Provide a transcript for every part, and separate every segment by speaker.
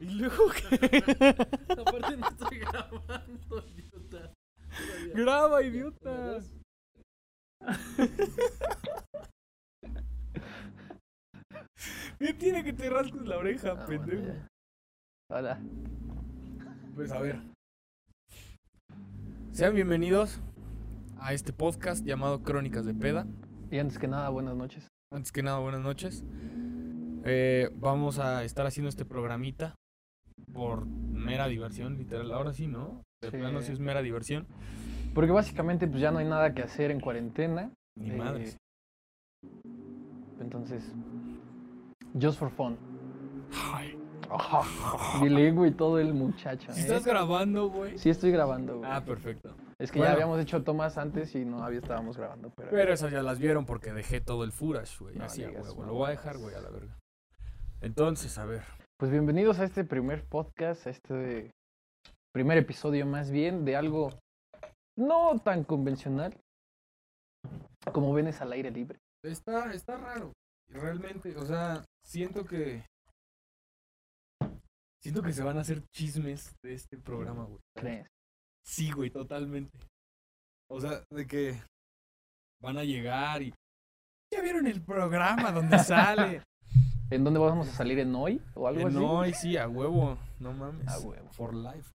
Speaker 1: luego qué?
Speaker 2: Aparte no estoy grabando, idiota. Todavía.
Speaker 1: Graba, idiota. ¿Qué tiene que te rasques la oreja,
Speaker 2: Ah, bueno,
Speaker 1: pendejo?
Speaker 2: ya. Hola.
Speaker 1: Pues a ver. Sean bienvenidos a este podcast llamado Crónicas de Peda.
Speaker 2: Y antes que nada, buenas noches.
Speaker 1: Antes que nada, buenas noches. Eh, vamos a estar haciendo este programita por mera diversión, literal. Ahora sí, ¿no? De
Speaker 2: Sí.
Speaker 1: plano sí es mera diversión.
Speaker 2: Porque básicamente pues ya no hay nada que hacer en cuarentena.
Speaker 1: Ni
Speaker 2: Eh,
Speaker 1: madres.
Speaker 2: Entonces, just for fun.
Speaker 1: Ay,
Speaker 2: Bilingüe y todo el muchacho.
Speaker 1: si
Speaker 2: ¿eh?
Speaker 1: estás grabando, güey.
Speaker 2: Sí estoy grabando, güey.
Speaker 1: Ah, perfecto.
Speaker 2: es que
Speaker 1: bueno.
Speaker 2: ya habíamos hecho tomas antes y no había, estábamos grabando, pero...
Speaker 1: Pero esas ya las vieron porque dejé todo el furash, güey.
Speaker 2: No
Speaker 1: Así a
Speaker 2: digas
Speaker 1: huevo. Lo voy a dejar, güey, a la verga. Entonces, a ver.
Speaker 2: Pues bienvenidos a este primer podcast, a este primer episodio más bien de algo no tan convencional. Como ven es al aire libre.
Speaker 1: Está, está raro. Realmente, o sea, siento que. Siento que se van a hacer chismes de este programa, güey.
Speaker 2: ¿Crees?
Speaker 1: Sí, güey, totalmente. O sea, de que van a llegar y. ¿Ya vieron el programa donde sale?
Speaker 2: ¿En dónde vamos a salir en hoy o algo así?
Speaker 1: no, y sí, a huevo. No mames.
Speaker 2: A huevo.
Speaker 1: For life.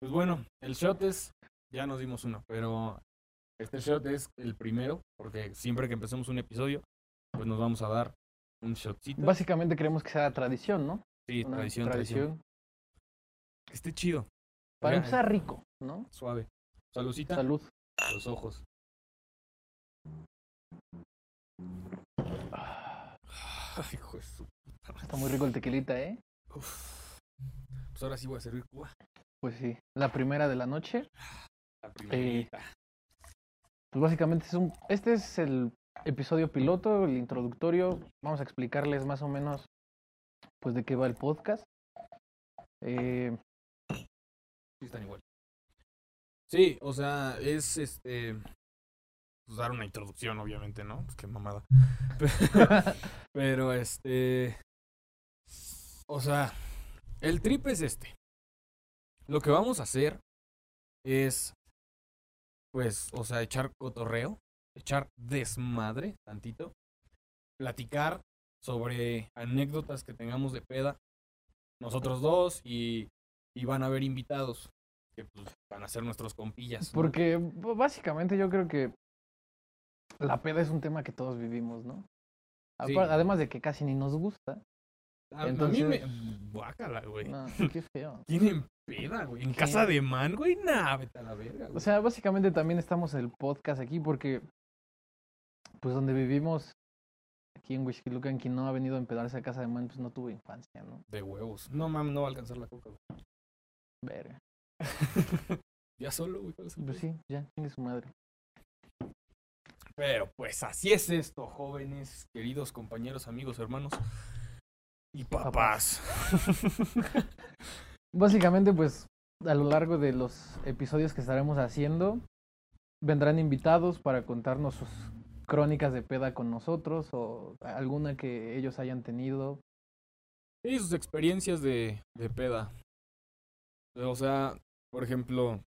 Speaker 1: Pues bueno, el shot es. Ya nos dimos uno, pero este shot es el primero, porque siempre que empecemos un episodio, pues nos vamos a dar un shotcito.
Speaker 2: Básicamente queremos que sea tradición, ¿no?
Speaker 1: Sí,
Speaker 2: Una
Speaker 1: tradición, tradición. Que esté chido,
Speaker 2: Para
Speaker 1: Mira,
Speaker 2: empezar rico, ¿no?
Speaker 1: suave. Salucita,
Speaker 2: Salud.
Speaker 1: los ojos. Ay, Ah, hijo de su-
Speaker 2: Está muy rico el tequilita, ¿eh?
Speaker 1: Uf. Pues ahora sí voy a servir Cuba.
Speaker 2: Pues sí, la primera de la noche.
Speaker 1: La primerita.
Speaker 2: Pues básicamente es un, este es el episodio piloto, el introductorio. Vamos a explicarles más o menos, pues de qué va el podcast. Eh,
Speaker 1: Sí, están igual. Sí, o sea, es este. Pues dar una introducción, obviamente, ¿no? Pues qué mamada. Pero este. O sea, el trip es este. Lo que vamos a hacer es. Pues, o sea, echar cotorreo, echar desmadre tantito, platicar sobre anécdotas que tengamos de peda, nosotros dos, y, y van a haber invitados que pues, van a ser nuestros compillas. ¿no?
Speaker 2: porque b- básicamente yo creo que la peda es un tema que todos vivimos, ¿no? Apar-
Speaker 1: Sí.
Speaker 2: Además de que casi ni nos gusta.
Speaker 1: A, a mí
Speaker 2: entonces-
Speaker 1: me. Guácala, güey.
Speaker 2: No, qué feo.
Speaker 1: ¿Quién en peda, güey? ¿En
Speaker 2: ¿Qué?
Speaker 1: casa de man, güey? Nah, vete a la verga,
Speaker 2: O
Speaker 1: güey.
Speaker 2: sea, básicamente también estamos en el podcast aquí porque, pues donde vivimos, aquí en Huixquilucan, quien no ha venido a empedarse a casa de man, pues no tuvo infancia, ¿no?
Speaker 1: De huevos. No, mames, no va a alcanzar la coca, güey.
Speaker 2: Verga.
Speaker 1: Ya solo, güey. ¿cuál es el
Speaker 2: Pues
Speaker 1: pedo?
Speaker 2: sí, ya, tiene su madre.
Speaker 1: Pero pues así es esto, jóvenes, queridos compañeros, amigos, hermanos y papás.
Speaker 2: Básicamente, pues, a lo largo de los episodios que estaremos haciendo, vendrán invitados para contarnos sus crónicas de peda con nosotros o alguna que ellos hayan tenido.
Speaker 1: y sus experiencias de, de peda. O sea, por ejemplo,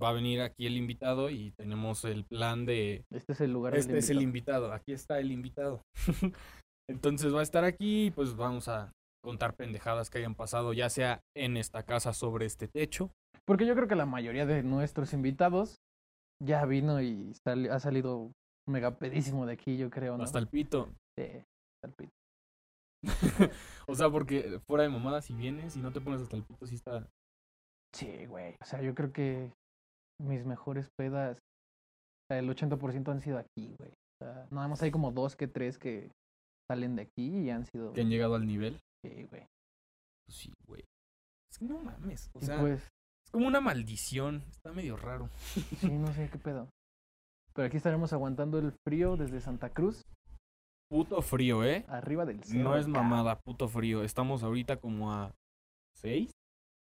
Speaker 1: va a venir aquí el invitado y tenemos el plan de
Speaker 2: Este es el lugar del
Speaker 1: Este es el
Speaker 2: invitado.
Speaker 1: invitado, aquí está el invitado. Entonces va a estar aquí y pues vamos a contar pendejadas que hayan pasado, ya sea en esta casa sobre este techo.
Speaker 2: Porque yo creo que la mayoría de nuestros invitados ya vino y sali- ha salido mega pedísimo de aquí, yo creo, ¿no?
Speaker 1: Hasta el pito.
Speaker 2: Sí, hasta el pito.
Speaker 1: O sea, porque fuera de mamada, si vienes y no te pones hasta el pito, sí está.
Speaker 2: Sí, güey. O sea, yo creo que mis mejores pedas, o sea, el 80% han sido aquí, güey. O sea, nada más hay como dos que tres que salen de aquí y han sido.
Speaker 1: que han llegado al nivel.
Speaker 2: Sí, güey.
Speaker 1: Pues sí, güey. Es que no mames. O
Speaker 2: Y
Speaker 1: sea,
Speaker 2: pues,
Speaker 1: es como una maldición. Está medio raro.
Speaker 2: sí, no sé qué pedo. Pero aquí estaremos aguantando el frío desde Santa Cruz,
Speaker 1: Puto frío, ¿eh?
Speaker 2: arriba del cerro.
Speaker 1: No es
Speaker 2: ca-
Speaker 1: mamada, puto frío. Estamos ahorita como a. ¿Seis?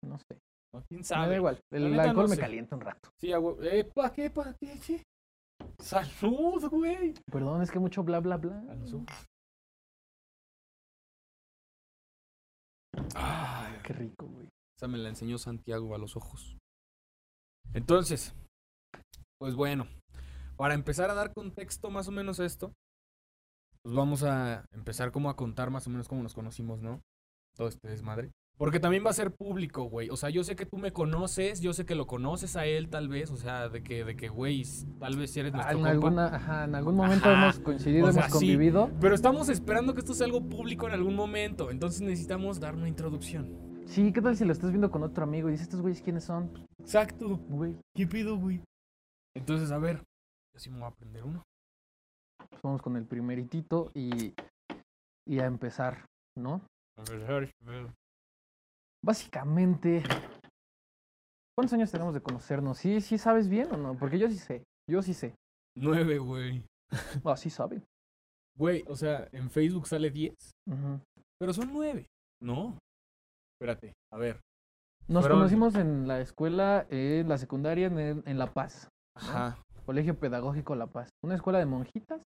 Speaker 2: No sé.
Speaker 1: ¿No? ¿Quién
Speaker 2: Me da
Speaker 1: sabe?
Speaker 2: igual.
Speaker 1: La
Speaker 2: El
Speaker 1: neta
Speaker 2: alcohol
Speaker 1: no
Speaker 2: me
Speaker 1: sé.
Speaker 2: calienta un rato.
Speaker 1: Sí, a hue- Eh, ¿pa' qué? ¿Pa' qué? sí? ¡Salud, güey!
Speaker 2: Perdón, es que mucho bla, bla, bla.
Speaker 1: Ay,
Speaker 2: Ok, Qué rico, güey.
Speaker 1: Esa me la enseñó Santiago a los ojos. Entonces, pues bueno, para empezar a dar contexto más o menos a esto, pues vamos a empezar como a contar más o menos cómo nos conocimos, ¿no? Todo este desmadre. Porque también va a ser público, güey. O sea, yo sé que tú me conoces, yo sé que lo conoces a él, tal vez. O sea, de que, de que, güey, tal vez si eres
Speaker 2: Ah,
Speaker 1: nuestro
Speaker 2: en,
Speaker 1: compa.
Speaker 2: alguna, ajá, en algún momento
Speaker 1: Ajá.
Speaker 2: hemos coincidido,
Speaker 1: O sea,
Speaker 2: hemos
Speaker 1: sí.
Speaker 2: convivido.
Speaker 1: Pero estamos esperando que esto sea algo público en algún momento. Entonces necesitamos dar una introducción.
Speaker 2: Sí, ¿qué tal si lo estás viendo con otro amigo y dices, estos güeyes quiénes son? Pues,
Speaker 1: Exacto.
Speaker 2: güey,
Speaker 1: ¿Qué pido, güey? Entonces, a ver. Yo sí me voy a aprender uno.
Speaker 2: pues vamos con el primeritito y, y a empezar, ¿no? Básicamente, ¿cuántos años tenemos de conocernos? ¿Sí, sí sabes bien o no? Porque yo sí sé, yo sí sé.
Speaker 1: Nueve, güey.
Speaker 2: Ah, sí sabe.
Speaker 1: Güey, o sea, en Facebook sale diez.
Speaker 2: Ujú.
Speaker 1: Pero son nueve. No. Espérate, a ver.
Speaker 2: Nos
Speaker 1: Fueron-
Speaker 2: conocimos en la escuela, en la secundaria, en, el- en La Paz,
Speaker 1: Ajá.
Speaker 2: Colegio Pedagógico La Paz. Una escuela de monjitas,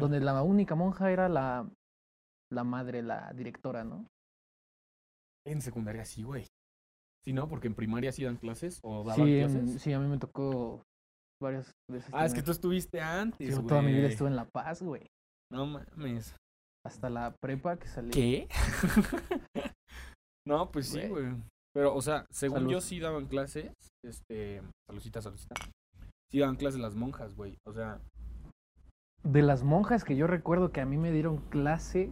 Speaker 2: donde la única monja era la, la madre, la directora, ¿no?
Speaker 1: En secundaria sí, güey. Sí, ¿no? Porque en primaria sí dan clases o daban
Speaker 2: Sí, en-
Speaker 1: clases.
Speaker 2: sí, a mí me tocó varias veces.
Speaker 1: Ah, es que
Speaker 2: tener-
Speaker 1: tú estuviste antes,
Speaker 2: Sí,
Speaker 1: güey.
Speaker 2: toda mi vida estuve en La Paz, güey.
Speaker 1: No mames.
Speaker 2: Hasta la prepa que salí.
Speaker 1: ¿Qué? no, pues sí,
Speaker 2: Güey.
Speaker 1: güey. Pero, o sea, según
Speaker 2: Salud.
Speaker 1: yo sí daban clases, este, saludcita, saludcita. Sí daban clases las monjas, güey. O sea,
Speaker 2: De las monjas que yo recuerdo que a mí me dieron clase,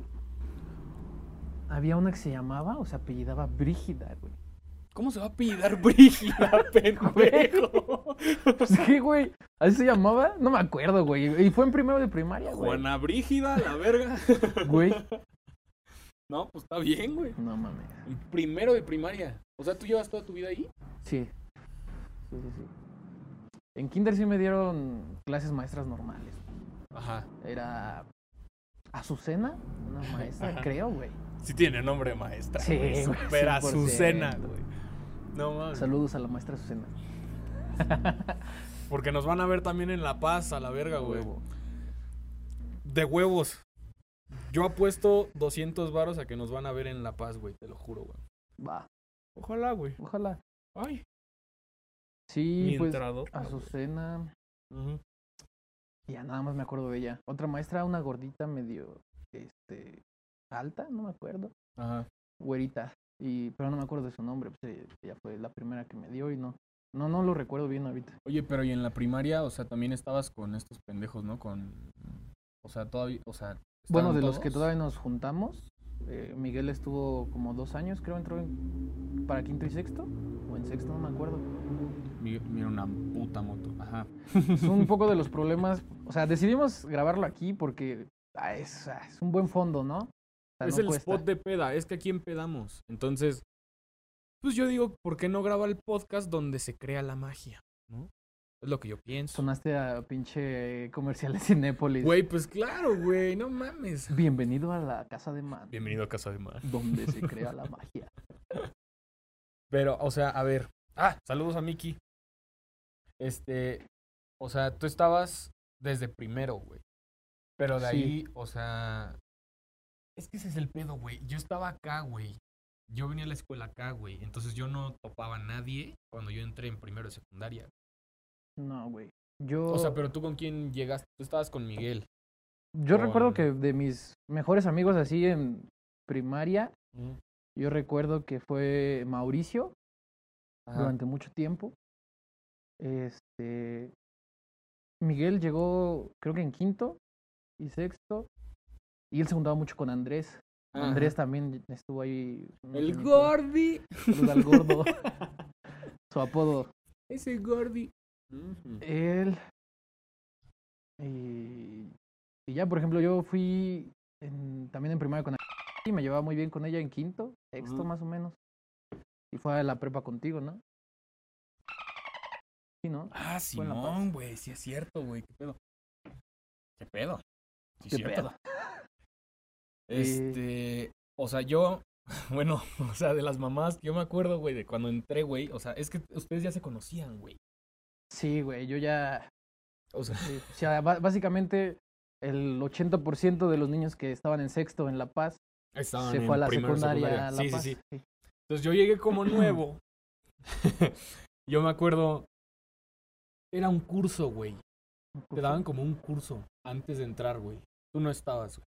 Speaker 2: había una que se llamaba, o se apellidaba Brígida, güey.
Speaker 1: ¿cómo se va a apellidar Brígida, pendejo?
Speaker 2: Pues Sí, güey. ¿Así se llamaba? No me acuerdo, güey. Y fue en primero de primaria, güey.
Speaker 1: Juana Brígida, la verga.
Speaker 2: Güey.
Speaker 1: No, pues está bien, güey.
Speaker 2: No mames.
Speaker 1: Primero de primaria. O sea, ¿tú llevas toda tu vida ahí?
Speaker 2: Sí. Sí, sí, sí. En kinder sí me dieron clases maestras normales.
Speaker 1: Ajá.
Speaker 2: Era Azucena, una maestra,
Speaker 1: Ajá.
Speaker 2: creo, güey.
Speaker 1: Sí tiene nombre de maestra.
Speaker 2: Sí,
Speaker 1: güey.
Speaker 2: güey,
Speaker 1: Super
Speaker 2: 100%.
Speaker 1: Azucena, güey. No mames.
Speaker 2: Saludos a la maestra Azucena.
Speaker 1: Porque nos van a ver también en La Paz, a la verga, güey. De huevos. Yo apuesto 200 varos a que nos van a ver en La Paz, güey, te lo juro, güey.
Speaker 2: Va,
Speaker 1: Ojalá, güey.
Speaker 2: ojalá.
Speaker 1: Ay,
Speaker 2: Sí,
Speaker 1: mi
Speaker 2: pues
Speaker 1: entradota, güey.
Speaker 2: Azucena.
Speaker 1: Ujú.
Speaker 2: Ya nada más me acuerdo de ella. Otra maestra, una gordita medio este alta, no me acuerdo.
Speaker 1: Ajá.
Speaker 2: Güerita. Y, pero no me acuerdo de su nombre. Pues eh, ella fue la primera que me dio y no. No, no lo recuerdo bien ahorita.
Speaker 1: Oye, pero y en la primaria, o sea, también estabas con estos pendejos, ¿no? Con. O sea, todavía. O sea.
Speaker 2: Bueno,
Speaker 1: ¿estaban
Speaker 2: de los que
Speaker 1: todos?
Speaker 2: todavía nos juntamos, eh, Miguel estuvo como dos años, creo, entró en- para quinto y sexto, o en sexto, no me acuerdo.
Speaker 1: Mi- Mira, una puta moto. Ajá.
Speaker 2: Es un poco de los problemas, o sea, decidimos grabarlo aquí porque ah, es, ah, es un buen fondo, ¿no? O sea,
Speaker 1: es
Speaker 2: no
Speaker 1: el
Speaker 2: cuesta.
Speaker 1: spot de peda, es que aquí empedamos. Entonces, pues yo digo, ¿por qué no graba el podcast donde se crea la magia? ¿No? Es lo que yo pienso.
Speaker 2: Sonaste a pinche comerciales en Népolis.
Speaker 1: Güey, pues claro, güey, no mames.
Speaker 2: Bienvenido a la casa de man,
Speaker 1: Bienvenido a Casa de Mar.
Speaker 2: donde se crea la magia.
Speaker 1: Pero, o sea, a ver. Ah, saludos a Miki. Este, o sea, tú estabas desde primero, güey. Pero de
Speaker 2: Sí.
Speaker 1: ahí, o sea. Es que ese es el pedo, güey. Yo estaba acá, güey. Yo venía a la escuela acá, güey. Entonces yo no topaba a nadie cuando yo entré en primero de secundaria.
Speaker 2: No, güey. Yo,
Speaker 1: O sea, pero tú con quién llegaste? Tú estabas con Miguel.
Speaker 2: yo recuerdo
Speaker 1: con-
Speaker 2: que de mis mejores amigos así en primaria, Yo recuerdo que fue Mauricio durante mucho tiempo. Este Miguel llegó, creo que en quinto y sexto. Y él se juntaba mucho con Andrés.
Speaker 1: Ajá.
Speaker 2: Andrés Mm. también estuvo ahí. unos
Speaker 1: Ah. El
Speaker 2: añitos.
Speaker 1: Gordi.
Speaker 2: Saluda al gordo. Su apodo.
Speaker 1: Ese Gordi.
Speaker 2: Él. Y, y ya, por ejemplo, yo fui en- también en primaria con y me llevaba muy bien con ella en quinto, sexto
Speaker 1: Ujú.
Speaker 2: más o menos. Y fue a la prepa contigo, ¿no? Sí, ¿no?
Speaker 1: Ah,
Speaker 2: Fue en La Paz.
Speaker 1: Simón, güey, sí es cierto, güey, qué pedo. ¿Qué pedo? Sí,
Speaker 2: ¿Qué
Speaker 1: cierto.
Speaker 2: pedo?
Speaker 1: Este, o sea, yo, bueno, o sea, de las mamás, que yo me acuerdo, güey, de cuando entré, güey, o sea, es que ustedes ya se conocían, güey.
Speaker 2: Sí, güey, yo ya...
Speaker 1: O sea,
Speaker 2: eh, o sea, ba- básicamente el 80% de los niños que estaban en sexto en La Paz
Speaker 1: estaban
Speaker 2: se
Speaker 1: en
Speaker 2: fue a la
Speaker 1: primero de
Speaker 2: secundaria, a La
Speaker 1: Sí,
Speaker 2: Paz.
Speaker 1: sí, sí. Entonces yo llegué como nuevo. yo me acuerdo. Era un curso, güey. Te daban como un curso antes de entrar, güey. Tú no estabas, güey.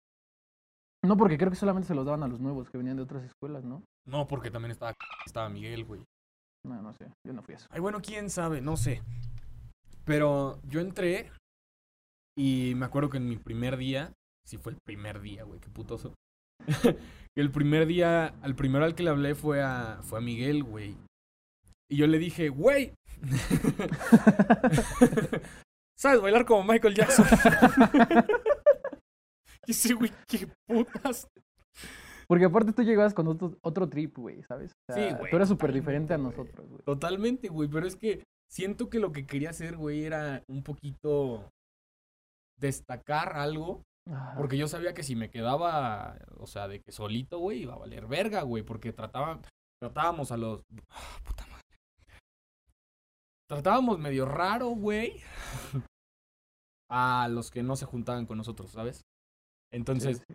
Speaker 2: No, porque creo que solamente se los daban a los nuevos que venían de otras escuelas, ¿no?
Speaker 1: No, porque también estaba, estaba Miguel, güey.
Speaker 2: No, no sé, yo no fui a eso.
Speaker 1: Ay, bueno, quién sabe, no sé. Pero yo entré y me acuerdo que en mi primer día, sí fue el primer día, güey, qué putoso. que el primer día, al primero al que le hablé fue a, fue a Miguel, güey. Y yo le dije, güey, ¿sabes bailar como Michael Jackson? y ese güey, qué putas.
Speaker 2: Porque aparte tú llegabas con otro, otro trip, güey, ¿sabes? O
Speaker 1: Sí,
Speaker 2: sea,
Speaker 1: güey,
Speaker 2: Tú eras súper diferente a
Speaker 1: totalmente, güey.
Speaker 2: nosotros, güey.
Speaker 1: Totalmente, güey, pero es que siento que lo que quería hacer, güey, era un poquito destacar algo
Speaker 2: Ajá.
Speaker 1: Porque yo sabía que si me quedaba, o sea, de que solito, güey, iba a valer verga, güey, porque trataban, tratábamos a los... Ah, puta madre. Tratábamos medio raro, güey, a los que no se juntaban con nosotros, ¿sabes?
Speaker 2: Sí,
Speaker 1: Entonces,
Speaker 2: sí.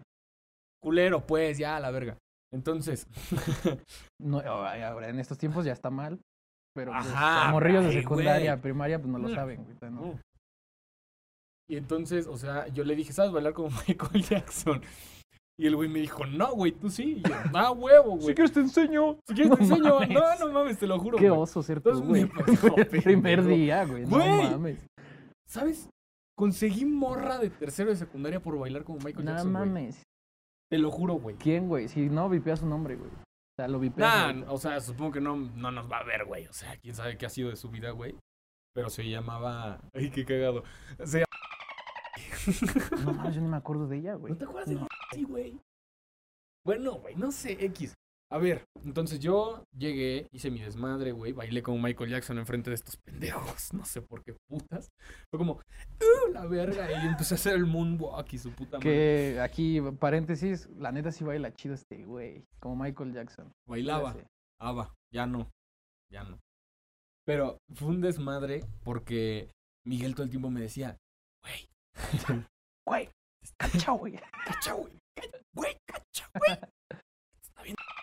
Speaker 1: culero, pues, ya, a la verga. Entonces,
Speaker 2: No, ay, ahora en estos tiempos ya está mal. Pero pues,
Speaker 1: Ajá,
Speaker 2: a morrillos de
Speaker 1: ay,
Speaker 2: secundaria,
Speaker 1: güey.
Speaker 2: primaria, pues no lo
Speaker 1: Mm.
Speaker 2: saben, güey. todavía no.
Speaker 1: Y entonces, o sea, yo le dije, ¿sabes bailar como Michael Jackson? Y el güey me dijo, no, güey, tú sí. Y yo, ah, huevo, güey.
Speaker 2: quieres te enseño.
Speaker 1: Si quieres te enseño.
Speaker 2: No
Speaker 1: No,
Speaker 2: mames.
Speaker 1: no mames, te lo juro.
Speaker 2: Qué
Speaker 1: güey.
Speaker 2: oso ser tú,
Speaker 1: Entonces,
Speaker 2: güey.
Speaker 1: me pasó,
Speaker 2: Primer
Speaker 1: pendejo.
Speaker 2: día, güey. No
Speaker 1: Güey.
Speaker 2: mames.
Speaker 1: ¿Sabes? Conseguí morra de tercero de secundaria por bailar como Michael
Speaker 2: No
Speaker 1: Jackson. güey.
Speaker 2: mames.
Speaker 1: Te lo juro, güey.
Speaker 2: ¿Quién, güey? Si no, vipea su nombre, güey. O sea, lo vipea.
Speaker 1: Nah, o sea, supongo que no, no nos va a ver, güey. O sea, quién sabe qué ha sido de su vida, güey. Pero se llamaba. Ay, qué cagado. Se llama-
Speaker 2: No mames, yo ni me acuerdo de ella, güey.
Speaker 1: ¿No te acuerdas de
Speaker 2: No.
Speaker 1: Sí, güey? Bueno, güey, no sé, X. A ver, entonces yo llegué, hice mi desmadre, güey, bailé como Michael Jackson enfrente de estos pendejos, no sé por qué putas. Fue como, ¡uh, la verga! Y empecé a hacer el moonwalk y su puta madre.
Speaker 2: Que aquí, paréntesis, la neta sí baila chido este güey. Como Michael Jackson.
Speaker 1: Bailaba.
Speaker 2: Ya sé.
Speaker 1: Ava, ya no, ya no. Pero fue un desmadre porque Miguel todo el tiempo me decía, güey,
Speaker 2: Güey, cacha, Ah, güey.
Speaker 1: cacha, güey, cacha, güey, cacha, güey. Está bien, güey.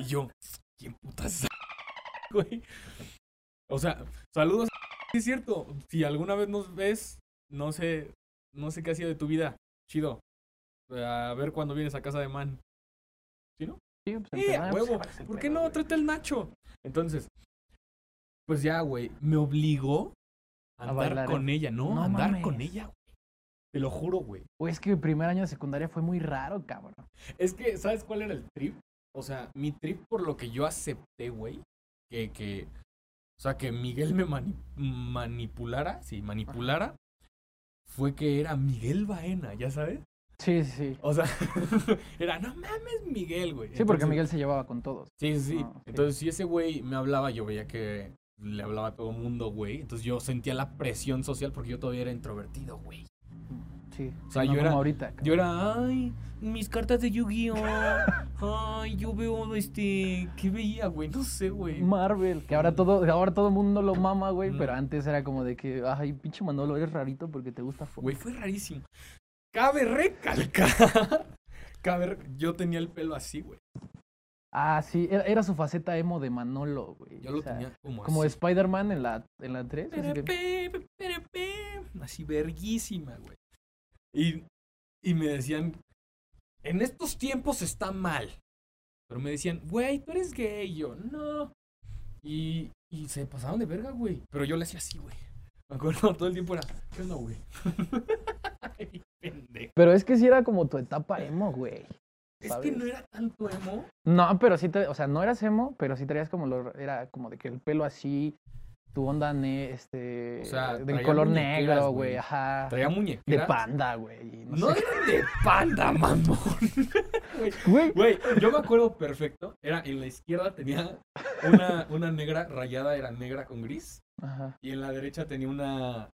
Speaker 1: Y yo, ¿quién putas es, güey? O sea, saludos. Sí, es cierto, si alguna vez nos ves, no sé, no sé qué ha sido de tu vida. Chido. A ver cuándo vienes a casa de man.
Speaker 2: Sí, pues,
Speaker 1: Sí,
Speaker 2: empezaba,
Speaker 1: a
Speaker 2: pues,
Speaker 1: huevo.
Speaker 2: ahora se
Speaker 1: ¿Por qué
Speaker 2: empeda,
Speaker 1: no
Speaker 2: güey.
Speaker 1: trata el Nacho? Entonces, pues ya, güey, me obligó a
Speaker 2: A
Speaker 1: andar
Speaker 2: bailar,
Speaker 1: con
Speaker 2: ¿eh?
Speaker 1: ella, ¿no?
Speaker 2: No
Speaker 1: a andar con
Speaker 2: mames.
Speaker 1: ella, güey. Te lo juro, güey.
Speaker 2: Güey, es que mi primer año de secundaria fue muy raro, cabrón.
Speaker 1: Es que, ¿sabes cuál era el trip? O sea, mi trip por lo que yo acepté, güey, que, que, o sea, que Miguel me mani- manipulara, sí, manipulara, fue que era Miguel Baena, ¿ya sabes?
Speaker 2: Sí, sí, sí.
Speaker 1: O sea, era, no mames, Miguel, güey.
Speaker 2: Sí, porque
Speaker 1: Entonces-
Speaker 2: Miguel se llevaba con todos.
Speaker 1: Sí, sí, sí.
Speaker 2: Ah, ok.
Speaker 1: Entonces, si ese güey me hablaba, yo veía que le hablaba a todo mundo, güey. Entonces, yo sentía la presión social porque yo todavía era introvertido, güey.
Speaker 2: Sí.
Speaker 1: O sea,
Speaker 2: no
Speaker 1: yo era-
Speaker 2: como ahorita.
Speaker 1: Yo
Speaker 2: cabrón.
Speaker 1: era, ay, mis cartas de Yu-Gi-Oh! Ay, yo veo, este, ¿qué veía, güey? No sé, güey.
Speaker 2: Marvel, que ahora todo, ahora todo el mundo lo mama, güey,
Speaker 1: Mm.
Speaker 2: pero antes era como de que, ay, pinche Manolo, eres rarito porque te gusta Fox.
Speaker 1: Güey, fue rarísimo. Cabe recalcar. Cabe, re- yo tenía el pelo así, güey.
Speaker 2: Ah, sí, era, era su faceta emo de Manolo, güey.
Speaker 1: Yo
Speaker 2: o
Speaker 1: lo
Speaker 2: sea,
Speaker 1: tenía como,
Speaker 2: Como
Speaker 1: así.
Speaker 2: Spider-Man en la, en la 3. así de-
Speaker 1: Perepé, perepé, Así verguísima, güey. Y, y me decían, en estos tiempos está mal. Pero me decían, güey, tú eres gay. Y yo, no. Y, y se pasaron de verga, güey. Pero yo le hacía así, güey. Me acuerdo, todo el tiempo era, ¿qué onda, güey? Ay, pendejo.
Speaker 2: Pero es que sí era como tu etapa emo, güey.
Speaker 1: Es que
Speaker 2: ¿Sabes?
Speaker 1: no era tanto emo.
Speaker 2: No, pero sí, te, o sea, no eras emo, pero sí traías como lo, era como de que el pelo así, tu onda, ne, este,
Speaker 1: O sea,
Speaker 2: del
Speaker 1: traía
Speaker 2: color
Speaker 1: muñequeras,
Speaker 2: negro,
Speaker 1: güey.
Speaker 2: güey, ajá.
Speaker 1: Traía
Speaker 2: De
Speaker 1: muñequera.
Speaker 2: panda, güey. y No,
Speaker 1: No
Speaker 2: sé.
Speaker 1: eran de panda, mamón.
Speaker 2: Güey,
Speaker 1: Güey, yo me acuerdo perfecto. Era en la izquierda tenía una, una negra rayada, era negra con gris.
Speaker 2: Ajá,
Speaker 1: Y en la derecha tenía una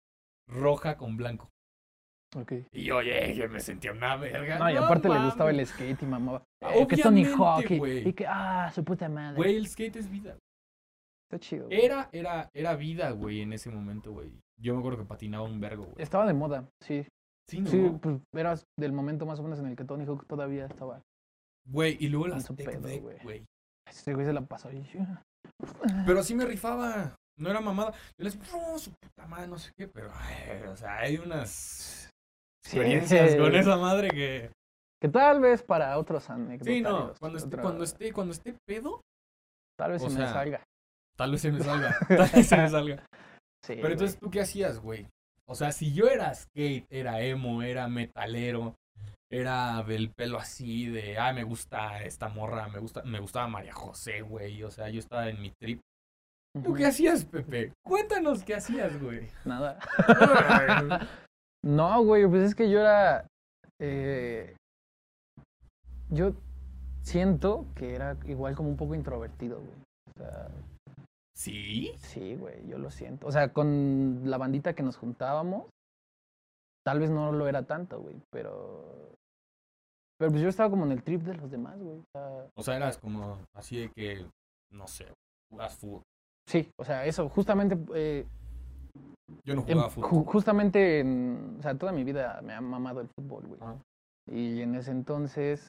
Speaker 1: roja con blanco.
Speaker 2: ok.
Speaker 1: Y oye, yo me sentía una verga.
Speaker 2: No, y aparte le
Speaker 1: mames.
Speaker 2: gustaba el skate y mamaba.
Speaker 1: Ah,
Speaker 2: "Eh, que Tony Hawk
Speaker 1: obviamente,
Speaker 2: y-
Speaker 1: güey.
Speaker 2: y, que, ah, su puta madre.
Speaker 1: Güey, eh, el skate es vida.
Speaker 2: Está chido. güey.
Speaker 1: Era, era, era vida, güey, en ese momento, güey. Yo me acuerdo que patinaba un vergo, güey.
Speaker 2: Estaba de moda, sí.
Speaker 1: Sí, no.
Speaker 2: Sí, pues eras del momento más o menos en el que Tony Hawk todavía estaba
Speaker 1: Güey, y luego las
Speaker 2: Tanto
Speaker 1: tech
Speaker 2: pedo,
Speaker 1: deck,
Speaker 2: güey.
Speaker 1: güey.
Speaker 2: Este güey se la pasó ahí.
Speaker 1: Pero sí me rifaba. No era mamada. Yo les no, su puta madre, no sé qué, pero ay, o sea, hay unas experiencias
Speaker 2: Sí.
Speaker 1: con esa madre que.
Speaker 2: Que tal vez para otros anécdotas.
Speaker 1: Sí, no. Cuando esté, cuando esté, cuando esté pedo,
Speaker 2: Tal vez
Speaker 1: o
Speaker 2: se me
Speaker 1: sea,
Speaker 2: salga.
Speaker 1: tal vez se me salga. Tal vez se me salga.
Speaker 2: Sí,
Speaker 1: Pero entonces, ¿tú qué hacías, güey? O sea, si yo era skate, era emo, era metalero, era del pelo así de, ah, me gusta esta morra, me gusta, me gustaba María José, güey. O sea, yo estaba en mi trip.
Speaker 2: güey.
Speaker 1: ¿Tú qué
Speaker 2: Ujú.
Speaker 1: hacías, Pepe? Cuéntanos qué hacías, güey.
Speaker 2: Nada. No, güey, pues es que yo era. eh, yo siento que era igual como un poco introvertido, güey. O sea,
Speaker 1: ¿Sí?
Speaker 2: sí, güey, yo lo siento. O sea, con la bandita que nos juntábamos, tal vez no lo era tanto, güey, pero. Pero pues yo estaba como en el trip de los demás, güey. o sea,
Speaker 1: O sea, eras como así de que, no sé, jugabas fútbol.
Speaker 2: sí, o sea, eso, justamente. eh,
Speaker 1: Yo no
Speaker 2: Em-
Speaker 1: jugaba fútbol.
Speaker 2: ju- justamente, en, o sea, toda mi vida me ha mamado el fútbol, güey.
Speaker 1: Ah.
Speaker 2: Y en ese entonces,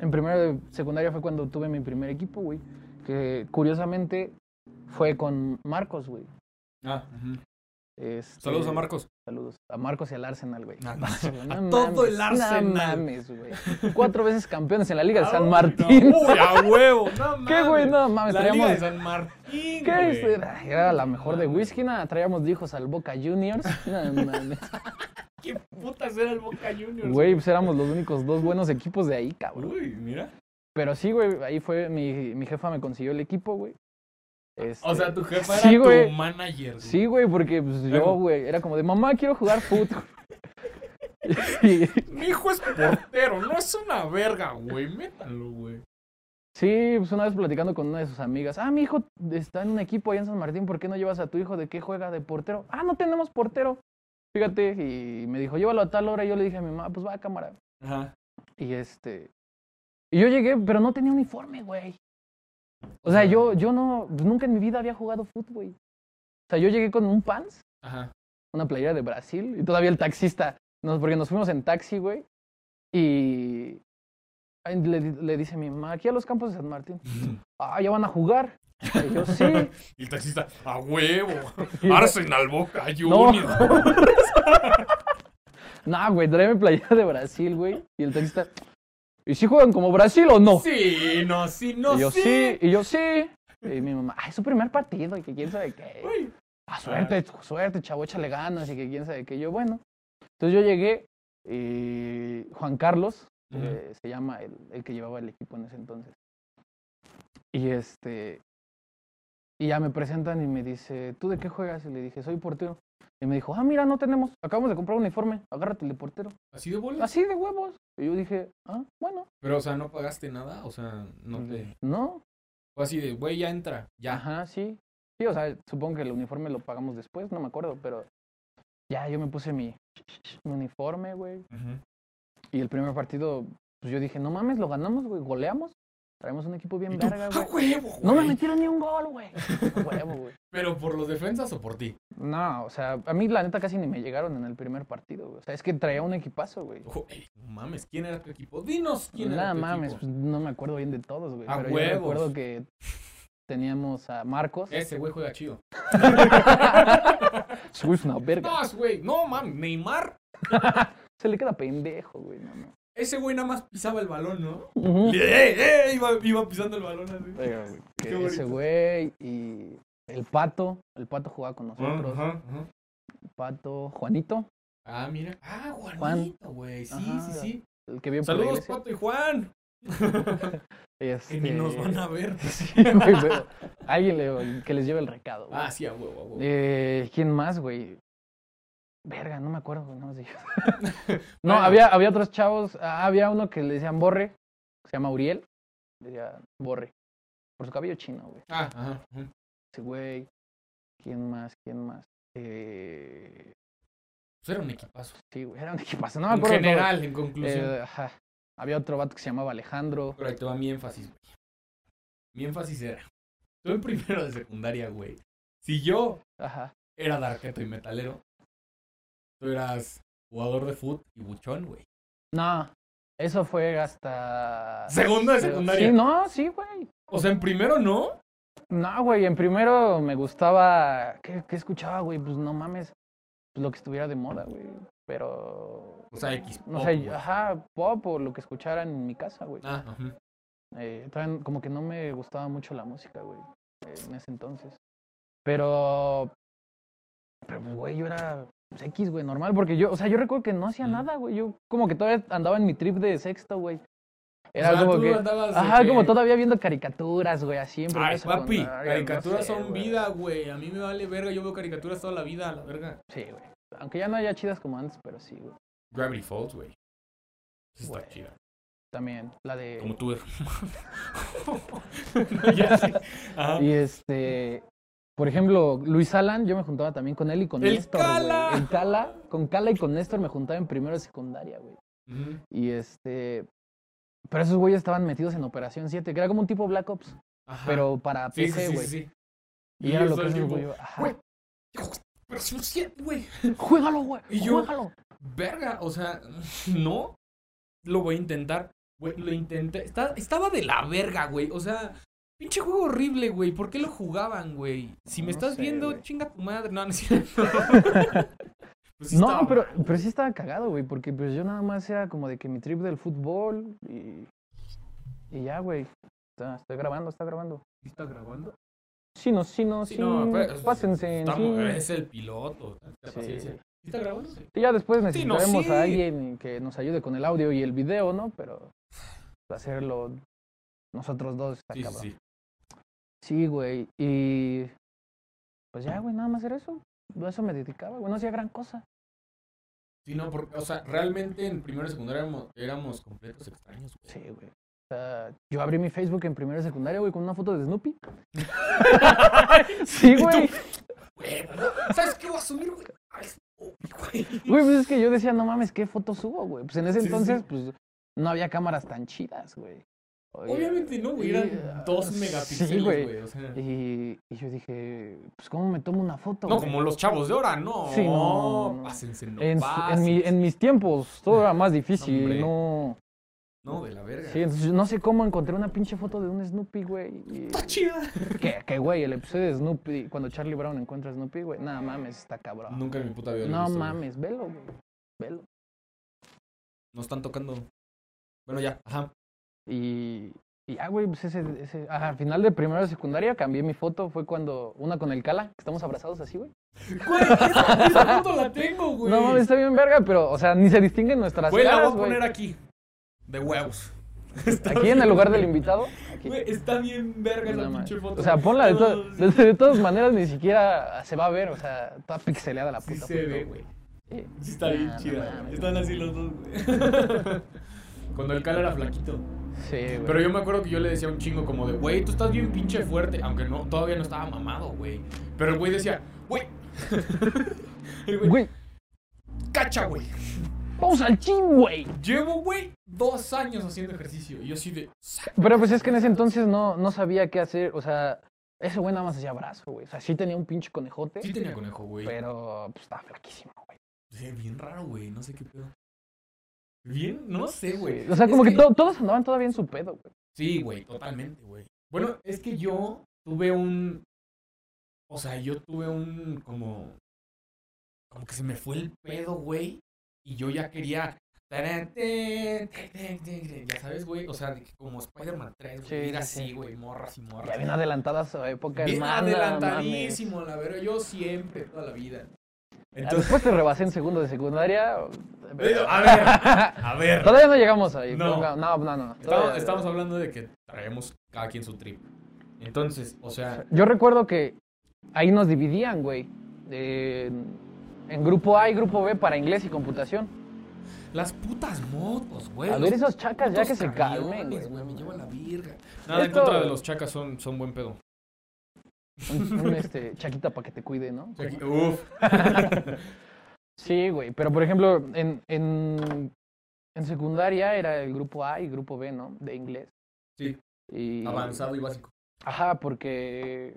Speaker 2: en primero de secundaria fue cuando tuve mi primer equipo, güey. Que curiosamente fue con Marcos, güey.
Speaker 1: Ah, ujú.
Speaker 2: Este,
Speaker 1: Saludos a Marcos.
Speaker 2: Saludos a Marcos y al Arsenal, güey.
Speaker 1: Al
Speaker 2: No,
Speaker 1: Arsenal.
Speaker 2: no
Speaker 1: A todo el Arsenal.
Speaker 2: No mames, güey. Cuatro veces campeones en la Liga de San Martín.
Speaker 1: No, uy, a huevo. No,
Speaker 2: ¿Qué, güey?
Speaker 1: mames.
Speaker 2: No mames,
Speaker 1: La Liga de
Speaker 2: traíamos.
Speaker 1: San Martín,
Speaker 2: ¿Qué?
Speaker 1: güey.
Speaker 2: Era, era la mejor de whisky, nada. Traíamos de hijos al Boca Juniors. No mames.
Speaker 1: ¿Qué putas era el Boca Juniors?
Speaker 2: Güey, pues éramos los únicos dos buenos equipos de ahí, cabrón.
Speaker 1: Uy, mira.
Speaker 2: Pero sí, güey, ahí fue mi, mi jefa me consiguió el equipo, güey. Este,
Speaker 1: O sea, tu jefa era
Speaker 2: Sí,
Speaker 1: tu
Speaker 2: güey.
Speaker 1: manager. güey.
Speaker 2: Sí, güey, porque pues,
Speaker 1: Claro.
Speaker 2: yo, güey, era como de, mamá, quiero jugar fútbol. Y-
Speaker 1: Mi hijo es portero, no es una verga, güey. Métalo, güey.
Speaker 2: sí, pues una vez platicando con una de sus amigas, ah, mi hijo está en un equipo allá en San Martín, ¿por qué no llevas a tu hijo? ¿De qué juega? ¿De portero? Ah, no tenemos portero. Fíjate, y me dijo, llévalo a tal hora. Y yo le dije a mi mamá, pues va a cámara.
Speaker 1: Ajá.
Speaker 2: Y este. Y yo llegué, pero no tenía uniforme, güey. O sea, yo, yo no, nunca en mi vida había jugado fútbol, güey. O sea, yo llegué con un pants,
Speaker 1: Ajá.
Speaker 2: una playera de Brasil, y todavía el taxista, nos, porque nos fuimos en taxi, güey. Y ay, le, le dice mi mamá, aquí a los campos de San Martín. Ah, ya van a jugar. Y yo, sí.
Speaker 1: Y el taxista, a huevo.
Speaker 2: Y-
Speaker 1: Arsenal Boca Juniors.
Speaker 2: No, güey, trae mi playera de Brasil, güey. Y el taxista, ¿y si juegan como Brasil o no?
Speaker 1: Sí, no, sí, no,
Speaker 2: y yo,
Speaker 1: sí.
Speaker 2: sí, y yo, sí. Y mi mamá, ay, es su primer partido, y que quién sabe qué.
Speaker 1: Güey,
Speaker 2: Ah, suerte, suerte, chavo, échale ganas y que quién sabe qué. Yo, bueno. Entonces yo llegué y Juan Carlos,
Speaker 1: Ujú.
Speaker 2: eh, se llama el, el que llevaba el equipo en ese entonces. Y este. Y ya me presentan y me dice, ¿tú de qué juegas? Y le dije, soy portero. Y me dijo, ah, mira, no tenemos, acabamos de comprar un uniforme, agárrate el de portero.
Speaker 1: Así de bolas.
Speaker 2: Así de huevos. Y yo dije, ah, bueno.
Speaker 1: Pero, o sea, no pagaste nada, o sea, no te.
Speaker 2: No,
Speaker 1: Fue así de, güey, ya entra, ya.
Speaker 2: Ajá, sí. Sí, o sea, supongo que el uniforme lo pagamos después, no me acuerdo, pero ya yo me puse mi, mi uniforme, güey.
Speaker 1: Ujú.
Speaker 2: Y el primer partido, pues yo dije, no mames, lo ganamos, güey, goleamos. Traemos un equipo
Speaker 1: Y
Speaker 2: bien
Speaker 1: tú,
Speaker 2: verga,
Speaker 1: a
Speaker 2: güey.
Speaker 1: huevo, güey.
Speaker 2: No me metieron ni un gol, güey. Huevo, güey.
Speaker 1: Pero por los defensas o por ti.
Speaker 2: No, o sea, a mí la neta casi ni me llegaron en el primer partido, güey. O sea, es que traía un equipazo, güey.
Speaker 1: Güey, no mames, ¿quién era tu equipo? Dinos quién era
Speaker 2: Nada
Speaker 1: tu
Speaker 2: mames,
Speaker 1: equipo.
Speaker 2: pues, no me acuerdo bien de todos, güey.
Speaker 1: A
Speaker 2: pero yo
Speaker 1: huevos. Eh.
Speaker 2: recuerdo que teníamos a Marcos.
Speaker 1: Ese güey juega chido.
Speaker 2: Ese güey es una verga.
Speaker 1: No, güey, no mames, Neymar.
Speaker 2: Se le queda pendejo, güey, no mames.
Speaker 1: Ese güey nada más pisaba el balón, ¿no?
Speaker 2: Ujú.
Speaker 1: ¡Eh, eh! Iba, iba pisando el balón así.
Speaker 2: Verga, güey, que
Speaker 1: bonito.
Speaker 2: ese güey y el pato, el pato jugaba con nosotros,
Speaker 1: Ajá, ajá.
Speaker 2: pato, Juanito,
Speaker 1: Ah, mira. Ah, Juanito,
Speaker 2: Juan.
Speaker 1: güey. Sí,
Speaker 2: Ajá.
Speaker 1: sí, sí.
Speaker 2: el que vio por la
Speaker 1: Saludos,
Speaker 2: iglesia.
Speaker 1: Pato y Juan. Que ni nos
Speaker 2: Este,
Speaker 1: van a ver.
Speaker 2: sí, güey, pero alguien le- que les lleve el recado. güey.
Speaker 1: Ah, sí, a huevo, a huevo.
Speaker 2: Eh, ¿Quién más, güey? Verga, no me acuerdo, güey, nada más de ellos. no,
Speaker 1: Bueno.
Speaker 2: había, había otros chavos, ah, había uno que le decían Borre, se llama Uriel, le decía Borre, por su cabello chino, güey.
Speaker 1: Ah, ajá. ajá.
Speaker 2: Ese güey, ¿quién más? ¿Quién más? Eh...
Speaker 1: Pues era un equipazo.
Speaker 2: Sí, güey, era un equipazo, Ah, no me
Speaker 1: en
Speaker 2: acuerdo. todo.
Speaker 1: general, en
Speaker 2: Eh,
Speaker 1: conclusión.
Speaker 2: ajá. Había otro vato que se llamaba Alejandro.
Speaker 1: Pero ahí te va mi énfasis, güey. Mi énfasis era. Tú en primero de secundaria, güey. Si yo
Speaker 2: Ajá.
Speaker 1: era darqueto y metalero, tú eras jugador de foot y buchón, güey.
Speaker 2: No, Eso fue hasta...
Speaker 1: Segundo de
Speaker 2: Pero-
Speaker 1: secundaria.
Speaker 2: Sí, no, sí, güey.
Speaker 1: O sea, en primero no.
Speaker 2: No, güey, en primero me gustaba... ¿Qué, qué escuchaba, güey? Pues no mames, pues, lo que estuviera de moda, güey. Pero...
Speaker 1: O sea, X.
Speaker 2: No
Speaker 1: pop,
Speaker 2: sé,
Speaker 1: güey.
Speaker 2: ajá, pop o lo que escucharan en mi casa, güey.
Speaker 1: Ah, ajá.
Speaker 2: Eh, todavía como que no me gustaba mucho la música, güey, eh, en ese entonces. Pero, pero pues, güey, yo era pues, X, güey, normal, porque yo, o sea, yo recuerdo que no hacía
Speaker 1: Mm.
Speaker 2: nada, güey. Yo como que todavía andaba en mi trip de sexto, güey. Era
Speaker 1: O sea,
Speaker 2: como
Speaker 1: tú
Speaker 2: que,
Speaker 1: andabas de
Speaker 2: ajá, como
Speaker 1: que-
Speaker 2: todavía viendo caricaturas, güey, así. en primera
Speaker 1: Ay, papi,
Speaker 2: secundaria,
Speaker 1: caricaturas
Speaker 2: no sé,
Speaker 1: son
Speaker 2: güey.
Speaker 1: vida, güey. A mí me vale verga, yo veo caricaturas toda la vida, la verga.
Speaker 2: Sí, güey. Aunque ya no haya chidas como antes, pero sí, güey.
Speaker 1: Gravity Falls, güey. Esa Está
Speaker 2: Güey.
Speaker 1: chida.
Speaker 2: También, la de...
Speaker 1: Como tú, hermano. Ya sé. Ajá.
Speaker 2: Y este, por ejemplo, Luis Alan, yo me juntaba también con él y con
Speaker 1: ¡El
Speaker 2: Néstor. güey.
Speaker 1: Cala!
Speaker 2: El Cala, con Cala y con Néstor me juntaba en primero de secundaria, güey.
Speaker 1: Ujú.
Speaker 2: Y este, pero esos güeyes estaban metidos en Operación 7, que era como un tipo Black Ops,
Speaker 1: Ajá.
Speaker 2: pero para
Speaker 1: Sí, sí,
Speaker 2: PC,
Speaker 1: sí,
Speaker 2: güey.
Speaker 1: sí.
Speaker 2: Y era
Speaker 1: yo
Speaker 2: lo
Speaker 1: todo
Speaker 2: que
Speaker 1: el
Speaker 2: esos
Speaker 1: tiempo,
Speaker 2: güeyes, ajá,
Speaker 1: "Güey, Pero son siete, güey.
Speaker 2: Juégalo, güey.
Speaker 1: Y yo-
Speaker 2: Juégalo.
Speaker 1: Verga, o sea, no. Lo voy a intentar. Güey, lo intenté. Está- estaba de la verga, güey. O sea, pinche juego horrible, güey. ¿Por qué lo jugaban, güey? Si me
Speaker 2: No
Speaker 1: estás
Speaker 2: sé,
Speaker 1: viendo,
Speaker 2: güey.
Speaker 1: chinga tu madre. No, no es cierto. Pues sí
Speaker 2: No,
Speaker 1: estaba
Speaker 2: pero,
Speaker 1: mal.
Speaker 2: pero sí estaba cagado, güey, porque pues yo nada más era como de que mi trip del fútbol y, y ya, güey. Está- Estoy grabando, está grabando.
Speaker 1: ¿Sí ¿Está grabando?
Speaker 2: Sí, no, sí, no, sí.
Speaker 1: Sí, no, pues, pero-
Speaker 2: pásense.
Speaker 1: Estamos-
Speaker 2: sí.
Speaker 1: es el piloto. tanta
Speaker 2: Sí.
Speaker 1: paciencia. ¿Sí ¿Está grabando? Sí.
Speaker 2: Y ya después
Speaker 1: Sí, no,
Speaker 2: necesitaremos a
Speaker 1: sí.
Speaker 2: alguien que nos ayude con el audio y el video, ¿no? Pero pues, hacerlo nosotros dos está
Speaker 1: Sí, sí,
Speaker 2: cabrón.
Speaker 1: sí.
Speaker 2: Sí, güey. Y pues ya, güey, nada más era eso. Yo a eso me dedicaba, güey. No hacía gran cosa.
Speaker 1: Sí, no, porque, o sea, realmente en primero y secundaria éramos, éramos completos extraños, güey.
Speaker 2: Sí, güey. O sea, yo abrí mi Facebook en primero y secundaria, güey, con una foto de Snoopy. sí,
Speaker 1: tú, pues.
Speaker 2: güey.
Speaker 1: Güey, ¿Sabes qué voy a subir, güey? Ay, güey.
Speaker 2: Güey, pues es que yo decía, no mames, ¿qué foto subo, güey? Pues en ese
Speaker 1: Sí, sí, sí.
Speaker 2: entonces, pues, no había cámaras tan chidas, güey. Oye,
Speaker 1: Obviamente no, güey.
Speaker 2: y,
Speaker 1: Eran
Speaker 2: ah,
Speaker 1: dos
Speaker 2: sí,
Speaker 1: megapíxeles,
Speaker 2: güey.
Speaker 1: güey. O sea,
Speaker 2: Y, y yo dije, pues, ¿cómo me tomo una foto?
Speaker 1: no
Speaker 2: güey?
Speaker 1: como los chavos de ahora, no.
Speaker 2: Sí, no, no.
Speaker 1: Pásense, no
Speaker 2: en, su- en,
Speaker 1: pasen.
Speaker 2: mi- en mis tiempos todo era más difícil,
Speaker 1: Hombre.
Speaker 2: no.
Speaker 1: No, de la verga.
Speaker 2: Sí, entonces, no sé cómo encontré una pinche foto de un Snoopy, güey. y-
Speaker 1: Está chida.
Speaker 2: Que, que, güey, el episodio de Snoopy, cuando Charlie Brown encuentra a Snoopy, güey, nada mames, está cabrón.
Speaker 1: Nunca en mi puta vida.
Speaker 2: No,
Speaker 1: lo he visto, güey.
Speaker 2: mames, velo, güey. Velo.
Speaker 1: Nos están tocando. Bueno, ya. Ajá.
Speaker 2: Y, y ah, güey, pues ese, ese ajá, al final de primero de secundaria cambié mi foto, fue cuando, una con el Cala, que estamos abrazados así, güey.
Speaker 1: Güey, esa, esa foto la tengo, güey.
Speaker 2: No mames, está bien verga, pero, o sea, ni se distinguen nuestras
Speaker 1: Güey, la
Speaker 2: caras,
Speaker 1: voy a
Speaker 2: güey.
Speaker 1: poner aquí. De huevos. Está
Speaker 2: Aquí en
Speaker 1: bien,
Speaker 2: el lugar del
Speaker 1: güey.
Speaker 2: invitado. Aquí.
Speaker 1: Güey, está bien verga
Speaker 2: No
Speaker 1: esa
Speaker 2: mames.
Speaker 1: pinche foto.
Speaker 2: O sea, ponla de,
Speaker 1: No,
Speaker 2: to-
Speaker 1: sí,
Speaker 2: de, de todas maneras, ni siquiera se va a ver, o sea, toda pixeleada la
Speaker 1: Sí
Speaker 2: puta.
Speaker 1: se
Speaker 2: foto,
Speaker 1: ve, güey.
Speaker 2: Sí.
Speaker 1: Sí está
Speaker 2: No,
Speaker 1: bien
Speaker 2: no
Speaker 1: chida.
Speaker 2: mames.
Speaker 1: Están así los dos, güey. Cuando el cala era flaquito.
Speaker 2: Sí, güey.
Speaker 1: Pero yo me acuerdo que yo le decía un chingo como de, güey, tú estás bien pinche fuerte, aunque no, todavía no estaba mamado, güey. Pero el güey decía, güey. El güey,
Speaker 2: Güey,
Speaker 1: cacha, güey.
Speaker 2: vamos al gym, güey.
Speaker 1: Llevo, güey, dos años haciendo ejercicio. Y yo así de, "Sa-".
Speaker 2: Pero pues es que en ese entonces no, no sabía qué hacer, o sea, ese güey nada más hacía brazo, güey. O sea, sí tenía un pinche conejote,
Speaker 1: sí tenía conejo, güey.
Speaker 2: pero pues estaba flaquísimo, güey.
Speaker 1: Sí, bien raro, güey, no sé qué pedo. Bien, no sé, güey.
Speaker 2: O sea,
Speaker 1: Es
Speaker 2: como que, to- todos andaban todavía en su pedo, güey.
Speaker 1: Sí, güey, totalmente, güey. Bueno, es que yo tuve un. O sea, yo tuve un. Como. Como que se me fue el pedo, güey. Y yo ya quería. tarán, ten, ten, ten, ten, ten, Ya sabes, güey. O sea, de que como Spider-Man 3, güey.
Speaker 2: Sí,
Speaker 1: ir
Speaker 2: sí,
Speaker 1: así,
Speaker 2: sí.
Speaker 1: güey. Morras y morras.
Speaker 2: Ya bien adelantada su época,
Speaker 1: Bien
Speaker 2: hermana, mames.
Speaker 1: adelantadísimo, la verdad. Yo siempre, toda la vida. Entonces.
Speaker 2: Después te rebasé en segundo de secundaria. pero-
Speaker 1: A ver, a ver.
Speaker 2: Todavía no llegamos ahí.
Speaker 1: No.
Speaker 2: ponga- No, no, no.
Speaker 1: Estamos,
Speaker 2: todavía-
Speaker 1: estamos hablando de que traemos cada quien su trip. Entonces, o sea.
Speaker 2: Yo recuerdo que ahí nos dividían, güey. eh, en grupo A y grupo B para inglés y computación.
Speaker 1: Las putas motos, güey.
Speaker 2: A
Speaker 1: los
Speaker 2: ver, esos chacas ya
Speaker 1: putos
Speaker 2: que se calmen,
Speaker 1: camiones,
Speaker 2: güey.
Speaker 1: Me
Speaker 2: no
Speaker 1: lleva la
Speaker 2: mames.
Speaker 1: virga. Nada en
Speaker 2: Esto-
Speaker 1: contra de los chacas, son, son buen pedo.
Speaker 2: Un, un, este, chaquita para que te cuide, ¿no?
Speaker 1: Uf.
Speaker 2: Sí, güey. Pero por ejemplo, en, en, en secundaria era el grupo A y grupo B, ¿no? De inglés.
Speaker 1: Sí,
Speaker 2: Y,
Speaker 1: avanzado y básico.
Speaker 2: Ajá, porque.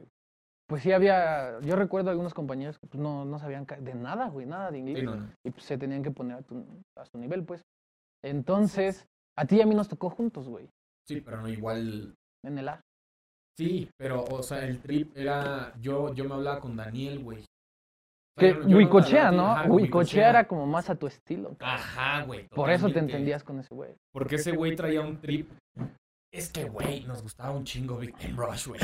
Speaker 2: Pues sí había. Yo recuerdo algunos compañeros que pues, no, no sabían ca- de nada, güey, nada de inglés.
Speaker 1: Sí, no, no.
Speaker 2: y pues, se tenían que poner a, tu- a su nivel, pues. Entonces, A ti y a mí nos tocó juntos, güey,
Speaker 1: Sí, pero no igual.
Speaker 2: en el A.
Speaker 1: Sí, pero, o sea, el trip era. Yo, yo me hablaba con Daniel, güey. O sea,
Speaker 2: Que
Speaker 1: yo no- yo no
Speaker 2: Huicochea,
Speaker 1: hablaba-
Speaker 2: ¿no?
Speaker 1: ajá,
Speaker 2: Huicochea era como más a tu estilo. cabrón.
Speaker 1: Ajá, güey.
Speaker 2: Por eso te
Speaker 1: totalmente.
Speaker 2: entendías con ese güey.
Speaker 1: Porque ese güey traía un trip. Es que, güey, nos gustaba un chingo Victim Rush, güey.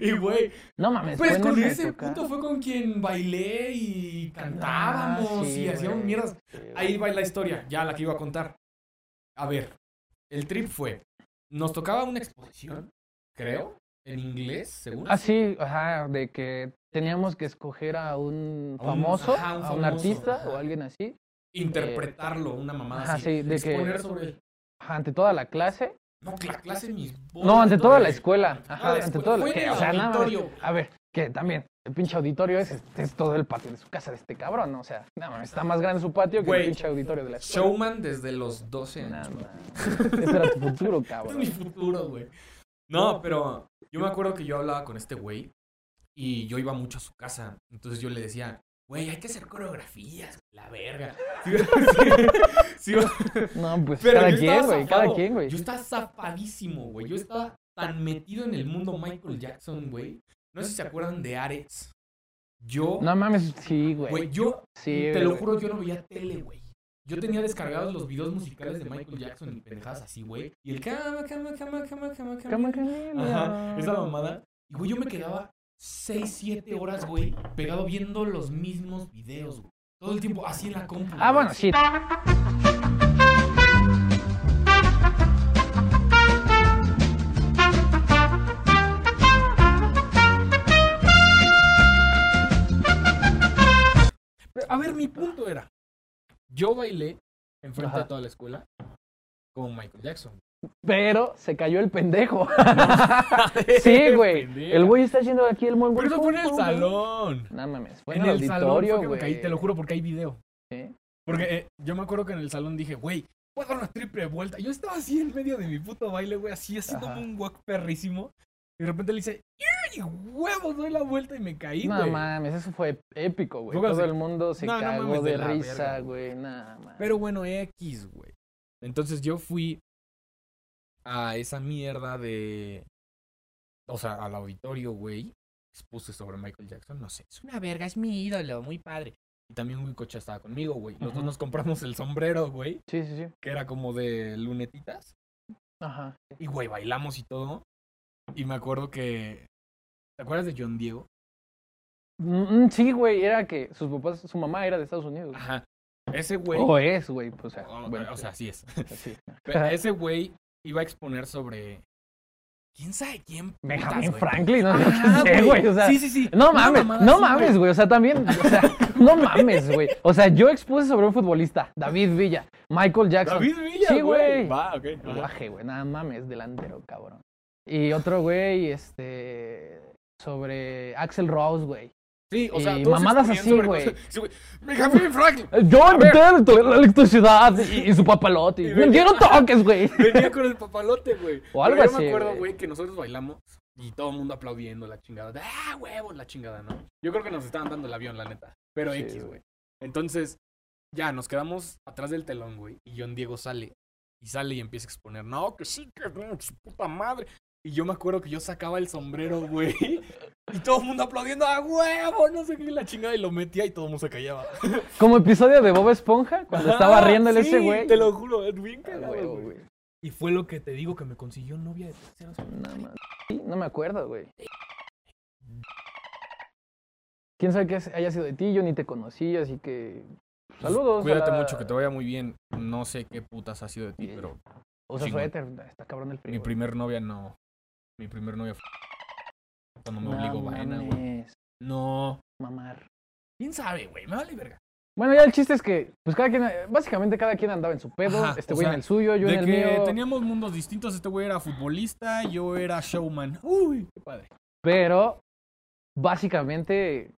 Speaker 1: y, güey,
Speaker 2: Ah, No mames,
Speaker 1: pues
Speaker 2: fue en
Speaker 1: con
Speaker 2: esa
Speaker 1: ese
Speaker 2: época.
Speaker 1: punto fue con quien bailé y
Speaker 2: Ah,
Speaker 1: cantábamos
Speaker 2: sí,
Speaker 1: y hacíamos
Speaker 2: güey,
Speaker 1: mierdas.
Speaker 2: sí, güey.
Speaker 1: Ahí va la historia, ya la que iba a contar. A ver, el trip fue, nos tocaba una exposición, creo, en inglés, según.
Speaker 2: Ah, sí, ajá, de que teníamos que escoger a un
Speaker 1: A un-
Speaker 2: famoso,
Speaker 1: ajá, un
Speaker 2: a un
Speaker 1: famoso,
Speaker 2: artista o
Speaker 1: ajá.
Speaker 2: alguien así.
Speaker 1: Interpretarlo, una mamada
Speaker 2: Ajá,
Speaker 1: así.
Speaker 2: sí, de que-
Speaker 1: Exponer sobre él.
Speaker 2: Ajá, ante toda la clase.
Speaker 1: No, que la clase mis
Speaker 2: No, ante toda la
Speaker 1: güey.
Speaker 2: escuela. Ajá,
Speaker 1: la
Speaker 2: ante
Speaker 1: escuela.
Speaker 2: toda la
Speaker 1: Fue en
Speaker 2: que,
Speaker 1: el
Speaker 2: o sea, nada más-
Speaker 1: auditorio.
Speaker 2: A ver, que también, el pinche auditorio es, este, es todo el patio de su casa de este cabrón, ¿no? O sea, nada más, está más grande su patio que
Speaker 1: Güey,
Speaker 2: el pinche auditorio de la escuela.
Speaker 1: Showman desde los 12 años.
Speaker 2: Nada más. Ese era tu futuro,
Speaker 1: Este es
Speaker 2: cabrón.
Speaker 1: mi futuro, güey. No, pero yo me acuerdo que yo hablaba con este güey y yo iba mucho a su casa. Entonces yo le decía, güey, hay que hacer coreografías, la verga. Sí, sí, sí,
Speaker 2: No, pues
Speaker 1: pero
Speaker 2: cada
Speaker 1: yo
Speaker 2: quien,
Speaker 1: estaba
Speaker 2: güey, cada
Speaker 1: zafado.
Speaker 2: quien, güey.
Speaker 1: Yo estaba zafadísimo, güey. Yo estaba tan metido en el mundo Michael Jackson, güey. No sé si se acuerdan de Ares. Yo,
Speaker 2: No mames, sí, güey.
Speaker 1: güey, yo
Speaker 2: Sí,
Speaker 1: te lo
Speaker 2: güey.
Speaker 1: juro, yo no veía tele, güey. Yo tenía descargados los videos musicales de Michael Jackson y pendejadas así, güey. Y el cama, cama, cama, cama, cama,
Speaker 2: Cama
Speaker 1: cama.
Speaker 2: canela.
Speaker 1: Ajá, esa mamada. Y, güey, yo me quedaba 6, 7 horas, güey, pegado viendo los mismos videos, güey. Todo el tiempo así en la compu.
Speaker 2: Ah,
Speaker 1: güey.
Speaker 2: bueno, sí.
Speaker 1: Pero, A ver, mi punto era. Yo bailé enfrente
Speaker 2: Ajá.
Speaker 1: de toda la escuela con Michael Jackson.
Speaker 2: Pero se cayó el pendejo. sí, güey.
Speaker 1: Pendejo.
Speaker 2: El güey está haciendo aquí el buen
Speaker 1: Pero
Speaker 2: güey.
Speaker 1: eso fue en el salón.
Speaker 2: No mames, fue
Speaker 1: En
Speaker 2: en,
Speaker 1: el salón fue
Speaker 2: auditorio,
Speaker 1: que me
Speaker 2: güey.
Speaker 1: caí, te lo juro, porque hay video.
Speaker 2: Sí.
Speaker 1: Porque eh, yo me acuerdo que en el salón dije, güey, voy a dar una triple vuelta. Yo estaba así en medio de mi puto baile, güey, así haciéndome
Speaker 2: Ajá.
Speaker 1: un walk perrísimo. Y de repente le hice, ¡y huevos! Doy la vuelta y me caí,
Speaker 2: No
Speaker 1: güey.
Speaker 2: mames, eso fue épico, güey.
Speaker 1: Fue
Speaker 2: Todo
Speaker 1: así.
Speaker 2: el mundo se
Speaker 1: No, no
Speaker 2: cagó
Speaker 1: mames, de
Speaker 2: de
Speaker 1: la verga,
Speaker 2: risa,
Speaker 1: güey.
Speaker 2: güey. Nada mames.
Speaker 1: Pero bueno, X, güey. Entonces yo fui a esa mierda de. O sea, al auditorio, güey. Expuse sobre Michael Jackson, no sé. Es una verga, es mi ídolo, muy padre. Y también un coche estaba conmigo, güey. Los dos
Speaker 2: Ujú.
Speaker 1: nos compramos el sombrero, güey,
Speaker 2: Sí, sí, sí.
Speaker 1: que era como de lunetitas.
Speaker 2: Ajá.
Speaker 1: Y, güey, bailamos y todo. Y me acuerdo que. ¿Te acuerdas de John Diego?
Speaker 2: Mm, mm, sí, güey, era que sus papás, su mamá era de Estados Unidos.
Speaker 1: Ajá. Ese Ah, güey. Oh,
Speaker 2: O es, güey. pues, o sea,
Speaker 1: o-
Speaker 2: bueno,
Speaker 1: o sea, así es.
Speaker 2: así.
Speaker 1: Pero ese güey iba a exponer sobre. ¿Quién sabe quién? putas,
Speaker 2: Benjamin
Speaker 1: güey?
Speaker 2: Franklin, no
Speaker 1: Ajá,
Speaker 2: sé, güey. O sea,
Speaker 1: sí, sí, sí.
Speaker 2: No
Speaker 1: Una
Speaker 2: mames,
Speaker 1: mamada
Speaker 2: no
Speaker 1: así,
Speaker 2: mames, güey. O sea, también, o sea, no mames, güey. O sea, yo expuse sobre un futbolista, David Villa, Michael Jackson.
Speaker 1: David Villa,
Speaker 2: Sí, güey.
Speaker 1: Va, ok.
Speaker 2: El
Speaker 1: ajá.
Speaker 2: Guaje, güey. Nada mames, delantero, cabrón. Y otro güey, este. Sobre Axel Rose, güey.
Speaker 1: Sí, o sea,
Speaker 2: Y
Speaker 1: todos
Speaker 2: mamadas
Speaker 1: exponían
Speaker 2: así,
Speaker 1: sobre
Speaker 2: güey.
Speaker 1: cosas- sí, güey. Benjamin Franklin.
Speaker 2: Eh, Yo inventé la electricidad y, y su papalote.
Speaker 1: Y
Speaker 2: No
Speaker 1: venía-
Speaker 2: no toques, güey.
Speaker 1: Venía con el papalote, güey.
Speaker 2: O algo
Speaker 1: Pero Yo
Speaker 2: así,
Speaker 1: me acuerdo,
Speaker 2: güey.
Speaker 1: güey, que nosotros bailamos y todo el mundo aplaudiendo la chingada. de, ah, huevos, la chingada, ¿no? Yo creo que nos estaban dando el avión, la neta. Pero
Speaker 2: Sí,
Speaker 1: X,
Speaker 2: güey.
Speaker 1: güey. Entonces, ya, nos quedamos atrás del telón, güey. Y John Diego sale. Y sale y empieza a exponer. No, que sí, que no, que su puta madre. Y yo me acuerdo que yo sacaba el sombrero, güey. Y todo el mundo aplaudiendo a huevo, no sé qué, la chingada. Y lo metía y todo el mundo se callaba.
Speaker 2: Como episodio de Bob Esponja, cuando estaba
Speaker 1: Ajá,
Speaker 2: riéndole
Speaker 1: sí,
Speaker 2: ese güey.
Speaker 1: Te lo juro, es bien
Speaker 2: Ah,
Speaker 1: cagado,
Speaker 2: güey,
Speaker 1: güey.
Speaker 2: güey.
Speaker 1: Y fue lo que te digo que me consiguió novia de terceros.
Speaker 2: Nada más. Sí, No me acuerdo, güey. Quién sabe qué haya sido de ti, yo ni te conocí, así que. pues, Saludos.
Speaker 1: Cuídate
Speaker 2: a la-
Speaker 1: mucho, que te vaya muy bien. No sé qué putas ha sido de ti,
Speaker 2: Bien.
Speaker 1: pero
Speaker 2: Usa
Speaker 1: chingón.
Speaker 2: suéter, está cabrón el frío.
Speaker 1: mi
Speaker 2: güey.
Speaker 1: primer novia no. Mi primer novia fue. Cuando me obligó
Speaker 2: No
Speaker 1: vaina, güey.
Speaker 2: mames,
Speaker 1: No.
Speaker 2: Mamar.
Speaker 1: ¿Quién sabe, güey? Me vale verga.
Speaker 2: Bueno, ya el chiste es que, pues cada quien, básicamente cada quien andaba en su pedo,
Speaker 1: Ajá,
Speaker 2: este
Speaker 1: o
Speaker 2: güey
Speaker 1: sea,
Speaker 2: en el suyo, yo en
Speaker 1: de
Speaker 2: el
Speaker 1: que
Speaker 2: mío,
Speaker 1: teníamos mundos distintos. Este güey era futbolista, yo era showman. Uy, qué padre.
Speaker 2: pero básicamente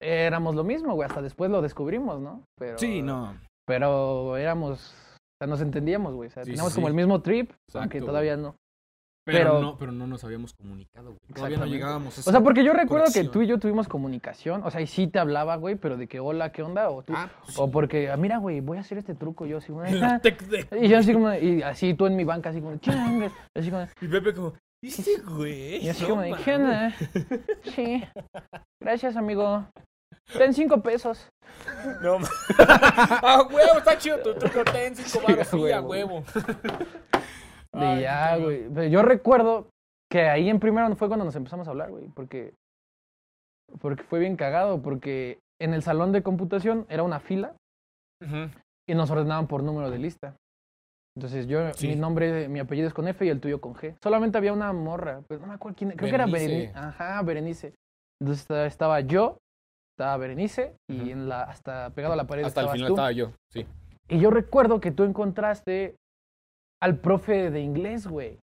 Speaker 2: éramos lo mismo, güey, hasta después lo descubrimos, ¿no? Pero,
Speaker 1: Sí, no.
Speaker 2: Pero éramos, o sea, nos entendíamos, güey, o sea,
Speaker 1: Sí, sí,
Speaker 2: teníamos como
Speaker 1: sí.
Speaker 2: el mismo trip, aunque
Speaker 1: Exacto,
Speaker 2: todavía no.
Speaker 1: Pero,
Speaker 2: Pero-
Speaker 1: no, pero no nos habíamos comunicado, güey. Todavía no
Speaker 2: Exactamente.
Speaker 1: llegábamos a
Speaker 2: O sea, porque yo recuerdo que
Speaker 1: conexión.
Speaker 2: tú y yo tuvimos comunicación. O sea, y sí te hablaba, güey, pero de que hola, ¿qué onda? O, tú-
Speaker 1: Ah, pues sí.
Speaker 2: o porque, ah, mira, güey, voy a hacer este truco. Yo así, como,
Speaker 1: En
Speaker 2: "Ah".
Speaker 1: la tech de-
Speaker 2: Y yo así como, y así tú en mi banca, así como, chingas. Así como,
Speaker 1: Y Pepe como, "¿Y este güey?
Speaker 2: y así
Speaker 1: No
Speaker 2: como, de, ¿qué
Speaker 1: mames".
Speaker 2: onda? Sí. Gracias, amigo. Ten cinco pesos.
Speaker 1: No ma- Ah, huevo, está chido tu truco, ten cinco
Speaker 2: Sí,
Speaker 1: varos,
Speaker 2: a
Speaker 1: sí, a
Speaker 2: huevo.
Speaker 1: huevo.
Speaker 2: De
Speaker 1: Ay,
Speaker 2: ya,
Speaker 1: qué
Speaker 2: güey. Pero yo recuerdo que ahí en primero fue cuando nos empezamos a hablar, güey, porque, porque fue bien cagado, porque en el salón de computación era una fila
Speaker 1: cabrón.
Speaker 2: y nos ordenaban por número de lista. Entonces yo,
Speaker 1: Sí.
Speaker 2: mi nombre, mi apellido es con F y el tuyo con G. Solamente había una morra, pues no me acuerdo quién, creo que era
Speaker 1: Berenice.
Speaker 2: Berenice. Ajá, Berenice. Entonces esta- estaba yo, estaba Berenice
Speaker 1: Ujú.
Speaker 2: y en la, hasta pegado a la pared
Speaker 1: Hasta el
Speaker 2: estabas
Speaker 1: final
Speaker 2: tú.
Speaker 1: estaba yo, sí.
Speaker 2: Y yo recuerdo que tú encontraste al profe de inglés, güey.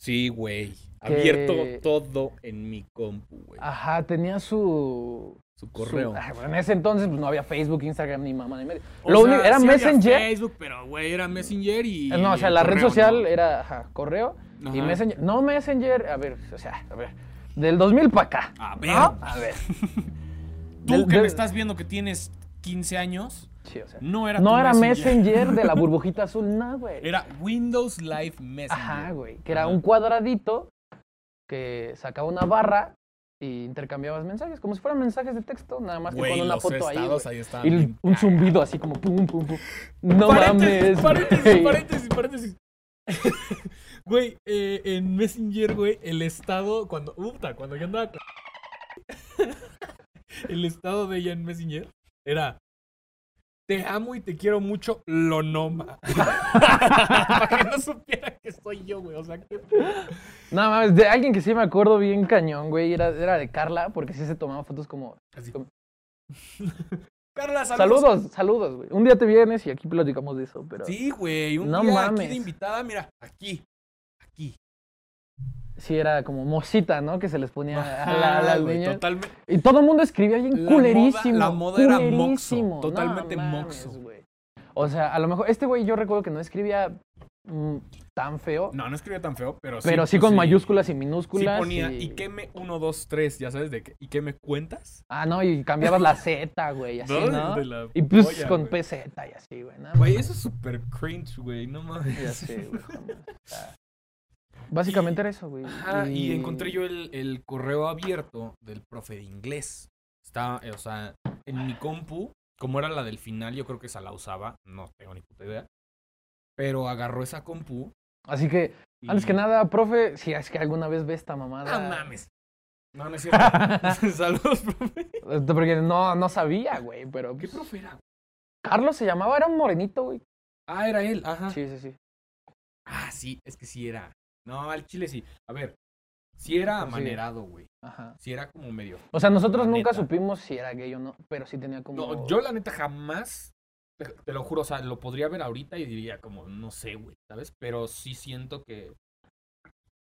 Speaker 1: Sí, güey.
Speaker 2: Que-
Speaker 1: Abierto todo en mi compu, güey.
Speaker 2: Ajá, tenía su...
Speaker 1: Ah, Su
Speaker 2: su-
Speaker 1: correo.
Speaker 2: Ah, bueno, en ese entonces pues, no había Facebook, Instagram ni mamá ni medio.
Speaker 1: O
Speaker 2: Lo
Speaker 1: sea,
Speaker 2: único- era
Speaker 1: sí había
Speaker 2: Messenger. Eh,
Speaker 1: Facebook, pero güey, era Messenger y.
Speaker 2: no, o sea,
Speaker 1: el
Speaker 2: la red
Speaker 1: correo,
Speaker 2: social eh,
Speaker 1: ¿no?
Speaker 2: era ajá, correo y
Speaker 1: Ajá.
Speaker 2: Messenger. No Messenger, a ver, o sea, a ver. Del 2000 para acá.
Speaker 1: A
Speaker 2: ¿no?
Speaker 1: ver.
Speaker 2: A ver.
Speaker 1: Tú
Speaker 2: del-
Speaker 1: que
Speaker 2: del-
Speaker 1: me estás viendo que tienes 15 años,
Speaker 2: Sí, o sea.
Speaker 1: no era tu
Speaker 2: No era
Speaker 1: Messenger.
Speaker 2: Messenger de la burbujita azul, no, güey.
Speaker 1: Era Windows Live Messenger.
Speaker 2: Ajá, güey. Que era
Speaker 1: Ajá.
Speaker 2: un cuadradito que sacaba una barra y intercambiabas mensajes, como si fueran mensajes de texto, nada más que
Speaker 1: Güey,
Speaker 2: con una
Speaker 1: los
Speaker 2: foto ahí.
Speaker 1: estados
Speaker 2: güey.
Speaker 1: ahí estaban
Speaker 2: y
Speaker 1: bien
Speaker 2: un zumbido así como pum, pum, pum. No
Speaker 1: paréntesis,
Speaker 2: mames.
Speaker 1: paréntesis,
Speaker 2: güey.
Speaker 1: paréntesis, paréntesis. Güey, eh, en Messenger, güey, el estado cuando. Uta, cuando yo andaba con- El estado de ella en Messenger era. Te amo y te quiero mucho, Lonoma. Para que no supiera que soy yo, güey. O sea, que.
Speaker 2: No mames, de alguien que sí me acuerdo bien cañón, güey, era, era de Carla, porque sí se tomaba fotos como.
Speaker 1: Así. Carla, saludos.
Speaker 2: Saludos, saludos, güey. Un día te vienes y aquí platicamos de eso, pero.
Speaker 1: Sí, güey. Un
Speaker 2: No
Speaker 1: día aquí
Speaker 2: mames.
Speaker 1: de invitada, mira, aquí. Aquí.
Speaker 2: Sí, era como mosita, ¿no? Que se les ponía a, la, a
Speaker 1: Ajá,
Speaker 2: las
Speaker 1: güey,
Speaker 2: niñas.
Speaker 1: Totalmente.
Speaker 2: Y todo el mundo escribía bien
Speaker 1: La moda-
Speaker 2: culerísimo.
Speaker 1: la moda era moxo,
Speaker 2: culerísimo.
Speaker 1: totalmente
Speaker 2: No mames,
Speaker 1: moxo.
Speaker 2: güey. O sea, a lo mejor este güey yo recuerdo que no escribía mm, tan feo,
Speaker 1: No, no escribía tan feo, pero sí.
Speaker 2: pero sí
Speaker 1: pues,
Speaker 2: con mayúsculas y minúsculas.
Speaker 1: Sí ponía,
Speaker 2: y...
Speaker 1: y queme 1, 2, 3, ya sabes de qué. ¿Y qué me cuentas?
Speaker 2: Ah, no, y cambiabas la Z, güey, así,
Speaker 1: ¿No?
Speaker 2: ¿no?
Speaker 1: De la
Speaker 2: Y pues
Speaker 1: polla,
Speaker 2: con
Speaker 1: güey.
Speaker 2: PZ y así, güey. nada
Speaker 1: Güey,
Speaker 2: más.
Speaker 1: eso es súper cringe, güey, no mames.
Speaker 2: Ya sé, güey. no mames, o sea, Básicamente era eso, güey.
Speaker 1: Ajá, y encontré yo el, el correo abierto del profe de inglés. Estaba, eh, o sea, en mi compu, como era la del final, yo creo que esa la usaba, no tengo ni puta idea. Pero agarró esa compu.
Speaker 2: Así que,
Speaker 1: y-
Speaker 2: antes que nada, profe, si es que alguna vez ve esta mamada.
Speaker 1: ¡Ah, mames! No, no es cierto. Saludos, profe.
Speaker 2: Este, Porque no, no sabía, güey, pero.
Speaker 1: ¿Qué
Speaker 2: pues,
Speaker 1: profe era?
Speaker 2: Carlos se llamaba, era un morenito, güey.
Speaker 1: Ah, era él, ajá.
Speaker 2: Sí, sí, sí.
Speaker 1: Ah, sí, es que sí era. No, al chile sí. A ver, sí era
Speaker 2: Pues sí.
Speaker 1: amanerado, güey.
Speaker 2: Ajá.
Speaker 1: Sí era como medio.
Speaker 2: O sea, nosotros
Speaker 1: La
Speaker 2: nunca
Speaker 1: neta.
Speaker 2: supimos si era gay o no, pero sí tenía como.
Speaker 1: No, yo la neta jamás, te, te lo juro, o sea, lo podría ver ahorita y diría como, no sé, güey, ¿sabes? Pero sí siento que,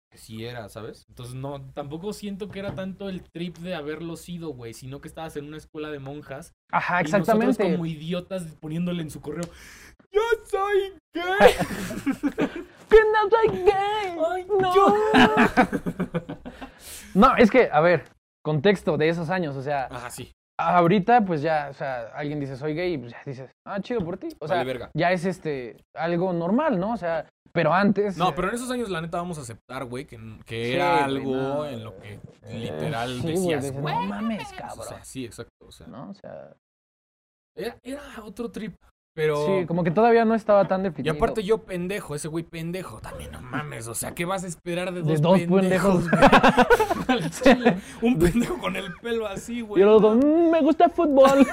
Speaker 1: que sí era, ¿sabes? Entonces no, tampoco siento que era tanto el trip de haberlo sido, güey, sino que estabas en una escuela de monjas.
Speaker 2: Ajá,
Speaker 1: Y
Speaker 2: Ah, exactamente.
Speaker 1: nosotros como idiotas poniéndole en su correo, yo soy gay.
Speaker 2: ¡Que no soy gay!
Speaker 1: Ay,
Speaker 2: no. no, es que, a ver, contexto de esos años, o sea,
Speaker 1: Ajá, sí.
Speaker 2: ahorita pues ya, o sea, alguien dice soy gay y pues ya dices, ah, chido por ti. O sea,
Speaker 1: Vale, verga.
Speaker 2: ya es este, algo normal, ¿no? O sea, pero antes. eh,
Speaker 1: No, pero en esos años la neta vamos a aceptar, güey, que, que
Speaker 2: Sí,
Speaker 1: era
Speaker 2: güey,
Speaker 1: algo
Speaker 2: no.
Speaker 1: en lo que
Speaker 2: eh,
Speaker 1: literal
Speaker 2: sí, güey,
Speaker 1: decías,
Speaker 2: dices,
Speaker 1: güey.
Speaker 2: No mames,
Speaker 1: O
Speaker 2: cabrón.
Speaker 1: sea, sí, exacto. O sea,
Speaker 2: ¿No? O sea,
Speaker 1: era, era otro trip. Pero.
Speaker 2: sí, como que todavía no estaba tan
Speaker 1: Y
Speaker 2: definido.
Speaker 1: aparte yo pendejo, ese güey pendejo, también no mames, o sea, ¿qué vas a esperar de dos,
Speaker 2: de dos
Speaker 1: pendejos?
Speaker 2: pendejos.
Speaker 1: güey? Al chile, Un pendejo con el pelo así, güey.
Speaker 2: Y el otro, "Mm, me gusta el fútbol.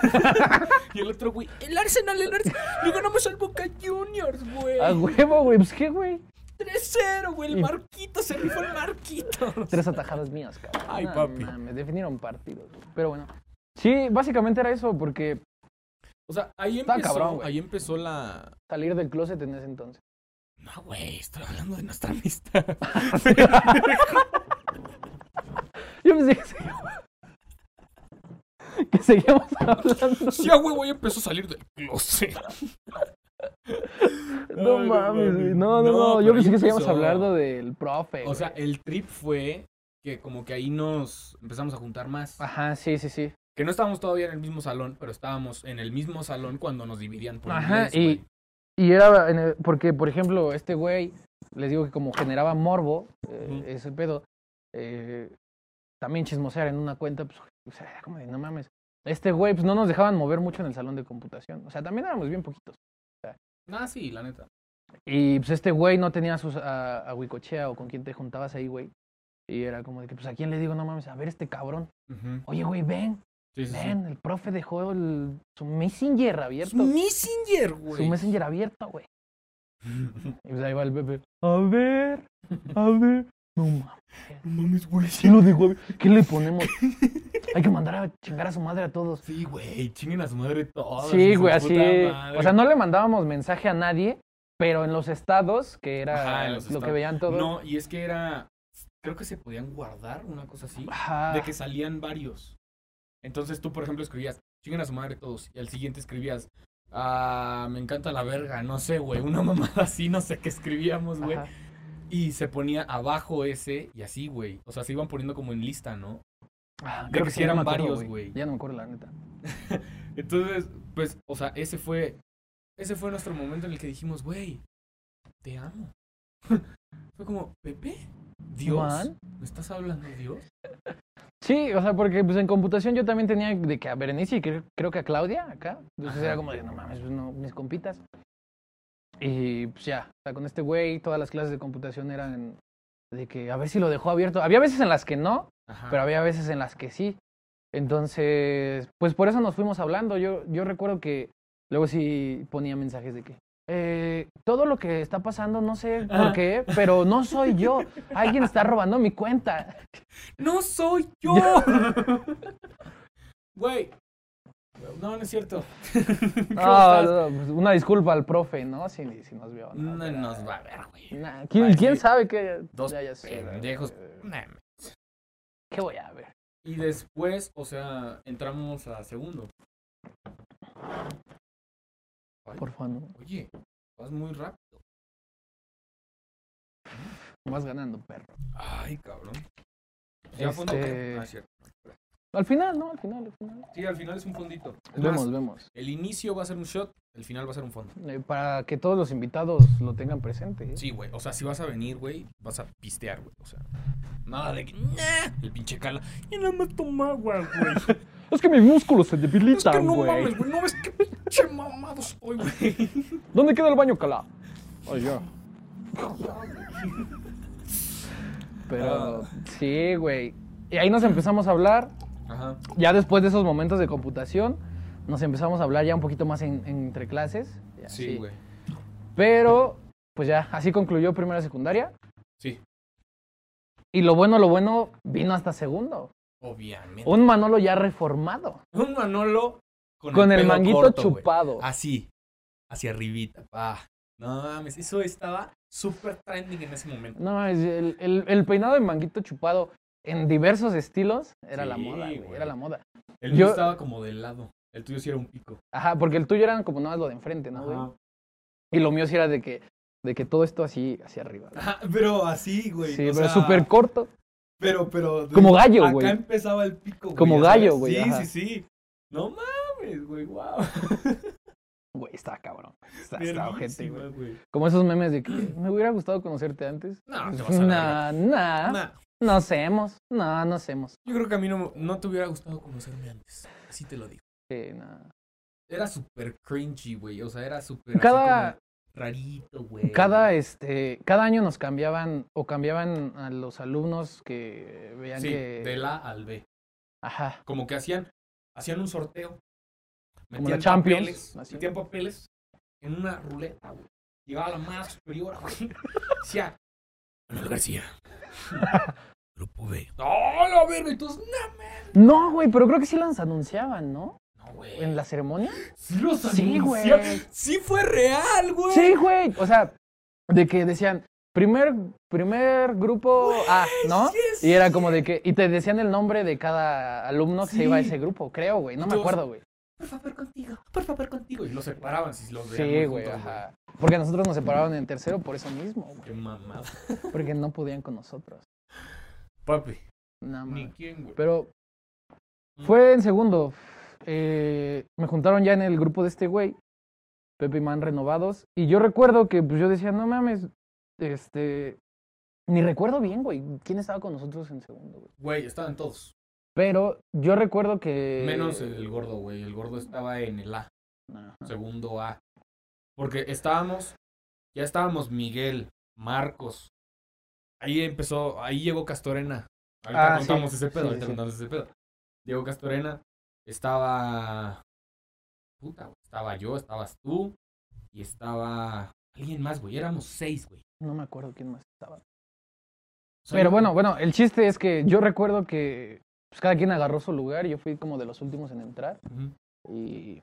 Speaker 1: Y el otro, güey, el Arsenal, el Arsenal. Le ganamos al Boca Juniors, güey.
Speaker 2: A huevo, güey. Pues qué, güey.
Speaker 1: 3-0, güey, el
Speaker 2: Y-
Speaker 1: Marquito, se rifó el Marquito.
Speaker 2: Tres atajadas mías, cabrón.
Speaker 1: Ay,
Speaker 2: No
Speaker 1: papi.
Speaker 2: mames, definieron partidos. güey. Pero bueno. Sí, básicamente era eso, porque
Speaker 1: O sea, ahí
Speaker 2: Está
Speaker 1: empezó,
Speaker 2: cabrón, güey.
Speaker 1: ahí empezó la,
Speaker 2: salir del closet en ese entonces.
Speaker 1: No, Ah, güey, estoy hablando de nuestra amistad.
Speaker 2: Yo pensé que seguíamos, que seguíamos hablando.
Speaker 1: Sí, a huevo, ya empezó a salir del closet.
Speaker 2: No
Speaker 1: Ay, no
Speaker 2: mames,
Speaker 1: mames.
Speaker 2: güey. No, no,
Speaker 1: No,
Speaker 2: no. Yo
Speaker 1: pero
Speaker 2: pensé
Speaker 1: ahí
Speaker 2: que seguíamos
Speaker 1: empezó.
Speaker 2: hablando del profe.
Speaker 1: O sea,
Speaker 2: güey.
Speaker 1: el trip fue que como que ahí nos empezamos a juntar más.
Speaker 2: Ajá, sí, sí, sí.
Speaker 1: Que no estábamos todavía en el mismo salón, pero estábamos en el mismo salón cuando nos dividían por
Speaker 2: Ajá,
Speaker 1: inglés,
Speaker 2: y,
Speaker 1: güey.
Speaker 2: y era en el- porque, por ejemplo, este güey, les digo que como generaba morbo, eh,
Speaker 1: Ujú.
Speaker 2: ese pedo, eh, también chismosear en una cuenta, pues, o sea, era como de, no mames. Este güey, pues no nos dejaban mover mucho en el salón de computación. O sea, también éramos bien poquitos.
Speaker 1: Ah, sí, la neta.
Speaker 2: Y pues este güey no tenía a sus, a, a Huicochea o con quien te juntabas ahí, güey. Y era como de que, pues, ¿a quién le digo? No mames, a ver este cabrón.
Speaker 1: Ujú.
Speaker 2: Oye, güey, ven,
Speaker 1: Sí, sí, sí.
Speaker 2: ven. El profe dejó el, su messenger abierto.
Speaker 1: Su Messenger,
Speaker 2: Su
Speaker 1: güey.
Speaker 2: messenger abierto, güey. Y pues ahí va el bebé. A ver, a ver. No mames.
Speaker 1: Mames, güey.
Speaker 2: ¿Quién lo dejó? abrir? ¿Qué le ponemos? Hay que mandar a chingar a su madre a todos.
Speaker 1: Sí, güey, chinguen a su madre todos.
Speaker 2: Sí, güey, así. O
Speaker 1: O
Speaker 2: sea, no le mandábamos mensaje a nadie, pero en los estados, que era
Speaker 1: Ajá, en
Speaker 2: lo
Speaker 1: los
Speaker 2: que
Speaker 1: estados.
Speaker 2: veían todos.
Speaker 1: No, y es que era. Creo que se podían guardar una cosa así.
Speaker 2: Ajá.
Speaker 1: De que salían varios. Entonces tú, por ejemplo, escribías, chinguen a su madre todos. Y al siguiente escribías, ah, me encanta la verga, no sé, güey. Una mamada así, no sé qué escribíamos, güey.
Speaker 2: Ajá.
Speaker 1: Y se ponía abajo ese y así, güey. O sea, se iban poniendo como en lista, ¿no?
Speaker 2: Ah,
Speaker 1: de
Speaker 2: creo
Speaker 1: que
Speaker 2: sí,
Speaker 1: sí eran
Speaker 2: ya me acuerdo,
Speaker 1: varios, güey.
Speaker 2: Ya no me acuerdo, la neta.
Speaker 1: Entonces, pues, o sea, ese fue. Ese fue nuestro momento en el que dijimos, güey, te amo. fue como, Pepe, Dios.
Speaker 2: Man.
Speaker 1: ¿Me estás hablando, Dios?
Speaker 2: Sí, o sea, porque pues en computación yo también tenía de que a Berenice y cre- creo que a Claudia acá. Entonces
Speaker 1: Ajá.
Speaker 2: era como de, no mames, pues, no, mis compitas. Y pues ya, o sea, con este güey todas las clases de computación eran de que a ver si lo dejó abierto. Había veces en las que no,
Speaker 1: Ajá.
Speaker 2: pero había veces en las que sí. Entonces, pues por eso nos fuimos hablando. Yo, yo recuerdo que luego sí ponía mensajes de que eh, todo lo que está pasando, no sé por
Speaker 1: Ajá.
Speaker 2: qué, pero no soy yo. Alguien está robando mi cuenta.
Speaker 1: ¡No soy yo! Güey. No, no es cierto. ¿Cómo
Speaker 2: No,
Speaker 1: estás?
Speaker 2: no, pues, una disculpa al profe, ¿no? Si, si nos vio.
Speaker 1: No,
Speaker 2: Pero,
Speaker 1: nos va a ver, güey.
Speaker 2: nah, ¿quién,
Speaker 1: Ay,
Speaker 2: quién
Speaker 1: sí.
Speaker 2: sabe qué?
Speaker 1: Dos
Speaker 2: ya, ya sé,
Speaker 1: pendejos.
Speaker 2: eh,
Speaker 1: Nah.
Speaker 2: ¿Qué voy a ver?
Speaker 1: Y después, o sea, entramos a segundo.
Speaker 2: Por favor, no.
Speaker 1: Oye, vas muy rápido.
Speaker 2: vas ganando, perro.
Speaker 1: Ay, cabrón. ¿Ya fondo o
Speaker 2: Este-
Speaker 1: qué? Ah, es cierto.
Speaker 2: Al final, ¿no? Al final, al final.
Speaker 1: Sí, al final es un fondito. Es más,
Speaker 2: Vemos, vemos.
Speaker 1: el inicio va a ser un shot, el final va a ser un fondo.
Speaker 2: Eh, para que todos los invitados lo tengan presente. ¿eh?
Speaker 1: Sí, güey. O sea, si vas a venir, güey, vas a pistear, güey. O sea, nada de que. "Nah", El pinche cala. Y nada más toma agua, güey.
Speaker 2: Es que mis músculos se
Speaker 1: Es que
Speaker 2: debilitan,
Speaker 1: no
Speaker 2: güey.
Speaker 1: mames, güey. No ves qué pinche mamado soy, güey.
Speaker 2: ¿Dónde queda el baño, Cala? Ay, ya. Pero,
Speaker 1: Ah.
Speaker 2: sí, güey. Y ahí nos empezamos a hablar.
Speaker 1: Ajá.
Speaker 2: ya después de esos momentos de computación, nos empezamos a hablar ya un poquito más en- entre clases. y
Speaker 1: Sí,
Speaker 2: así.
Speaker 1: güey.
Speaker 2: Pero, pues ya, así concluyó primera secundaria.
Speaker 1: Sí.
Speaker 2: Y lo bueno, lo bueno, vino hasta segundo.
Speaker 1: Obviamente.
Speaker 2: Un Manolo ya reformado.
Speaker 1: Un Manolo con,
Speaker 2: Con el
Speaker 1: pelo
Speaker 2: manguito
Speaker 1: corto, güey. Ah.
Speaker 2: chupado.
Speaker 1: Así. Hacia arribita, pa. No mames, eso estaba súper trending en ese momento.
Speaker 2: No, es el, el- el peinado de manguito chupado en diversos estilos era la
Speaker 1: Sí,
Speaker 2: moda, güey,
Speaker 1: güey.
Speaker 2: Era la moda.
Speaker 1: El
Speaker 2: Yo-
Speaker 1: mío estaba como del lado. El tuyo sí era un pico.
Speaker 2: Ajá, porque el tuyo era como nada más lo de enfrente, ¿no, güey?
Speaker 1: Ajá.
Speaker 2: Y lo mío sí era de que, de que todo esto así hacia arriba. güey.
Speaker 1: Ajá, pero así, güey.
Speaker 2: sí,
Speaker 1: o
Speaker 2: pero
Speaker 1: sea,
Speaker 2: súper corto.
Speaker 1: Pero, pero. de-
Speaker 2: Como gallo,
Speaker 1: acá
Speaker 2: güey.
Speaker 1: empezaba el pico, güey.
Speaker 2: Como
Speaker 1: ya sabes.
Speaker 2: gallo, güey,
Speaker 1: Sí,
Speaker 2: ajá.
Speaker 1: sí, sí. No mames, güey, wow.
Speaker 2: Güey, está cabrón. Está, está ojete, güey.
Speaker 1: Verguísima, güey.
Speaker 2: Como esos memes de que me hubiera gustado conocerte antes. Pues,
Speaker 1: No, te vas a la
Speaker 2: Nah, nah,
Speaker 1: Nah,
Speaker 2: no hacemos. No, no hacemos.
Speaker 1: Yo creo que a mí no, no te hubiera gustado conocerme antes. Así te lo digo.
Speaker 2: Sí, nah.
Speaker 1: Era súper cringy, güey. O sea, era súper. así
Speaker 2: Cada-
Speaker 1: como Rarito, güey.
Speaker 2: Cada, este, cada año nos cambiaban o cambiaban a los alumnos que veían
Speaker 1: Sí,
Speaker 2: que...
Speaker 1: de la al B.
Speaker 2: Ajá.
Speaker 1: Como que hacían. Hacían un sorteo.
Speaker 2: la Champions,
Speaker 1: Papeles,
Speaker 2: así.
Speaker 1: metían papeles en una ruleta, güey. Llegaba la más superior, güey. Decía. Manuel García. Grupo B. ¡No, la verga! Entonces, no, man.
Speaker 2: No, güey, pero creo que sí las anunciaban, ¿no?
Speaker 1: No, güey.
Speaker 2: En la ceremonia.
Speaker 1: Sí, los
Speaker 2: Sí, güey.
Speaker 1: anunciaron. Sí, fue real, güey.
Speaker 2: Sí, güey. O sea, de que decían, primer, primer grupo A, ¿no?
Speaker 1: sí es
Speaker 2: y era como de que, y te decían el nombre de cada alumno que se iba a
Speaker 1: Sí.
Speaker 2: ese grupo, creo, güey. No me
Speaker 1: Entonces,
Speaker 2: acuerdo, güey.
Speaker 1: por favor contigo, por favor contigo. Y los separaban si los veían.
Speaker 2: Sí,
Speaker 1: muy
Speaker 2: güey,
Speaker 1: juntos,
Speaker 2: ajá. Porque a nosotros nos separaron en tercero por eso mismo, güey.
Speaker 1: Qué mamada.
Speaker 2: Porque no podían con nosotros.
Speaker 1: Papi,
Speaker 2: Nada
Speaker 1: ni
Speaker 2: más.
Speaker 1: quién, güey.
Speaker 2: Pero fue en segundo. Eh, me juntaron ya en el grupo de este güey, Pepe y Man renovados. Y yo recuerdo que pues, yo decía, no mames, este. Ni recuerdo bien, güey, quién estaba con nosotros en segundo, güey.
Speaker 1: Güey, estaban todos.
Speaker 2: Pero yo recuerdo que.
Speaker 1: Menos eh, el gordo, güey. El gordo estaba en el A.
Speaker 2: Ajá.
Speaker 1: segundo A. Porque estábamos, ya estábamos Miguel, Marcos. Ahí empezó, ahí llegó Castorena. Ahorita
Speaker 2: Ah, sí,
Speaker 1: contamos ese pedo,
Speaker 2: sí,
Speaker 1: ahorita
Speaker 2: sí.
Speaker 1: contamos ese pedo. Llegó Castorena, estaba. Puta, güey, estaba yo, estabas tú y estaba alguien más, güey. Éramos seis, güey.
Speaker 2: No me acuerdo quién más estaba.
Speaker 1: O sea,
Speaker 2: Pero
Speaker 1: yo-
Speaker 2: bueno, bueno, el chiste es que yo recuerdo que pues, cada quien agarró su lugar y yo fui como de los últimos en entrar.
Speaker 1: Ujú.
Speaker 2: Y,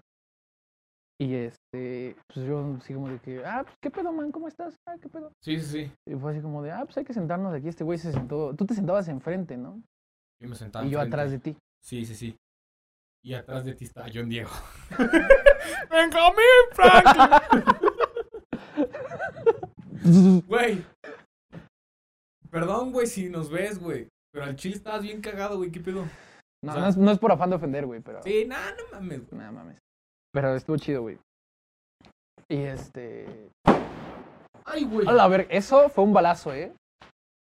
Speaker 2: y este, pues yo así como de que, ah, pues qué pedo, man, ¿cómo estás? Ah, qué pedo.
Speaker 1: Sí, sí, sí.
Speaker 2: Y fue así como de, ah, pues hay que sentarnos aquí. Este güey se sentó, tú te sentabas enfrente, ¿no?
Speaker 1: Yo me sentaba.
Speaker 2: y yo
Speaker 1: enfrente.
Speaker 2: atrás de ti.
Speaker 1: Sí, sí, sí. Y atrás de ti estaba John Diego. ¡Benjamín Franklin! Güey. Perdón, güey, si nos ves, güey. Pero al chile estabas bien cagado, güey. ¿Qué pedo?
Speaker 2: No,
Speaker 1: O sea-
Speaker 2: no, es, no es por afán de ofender, güey, pero...
Speaker 1: Sí, no, no mames, güey.
Speaker 2: Nada mames. Pero estuvo chido, güey. Y este...
Speaker 1: Ay, güey.
Speaker 2: A ver, eso fue un balazo, ¿eh?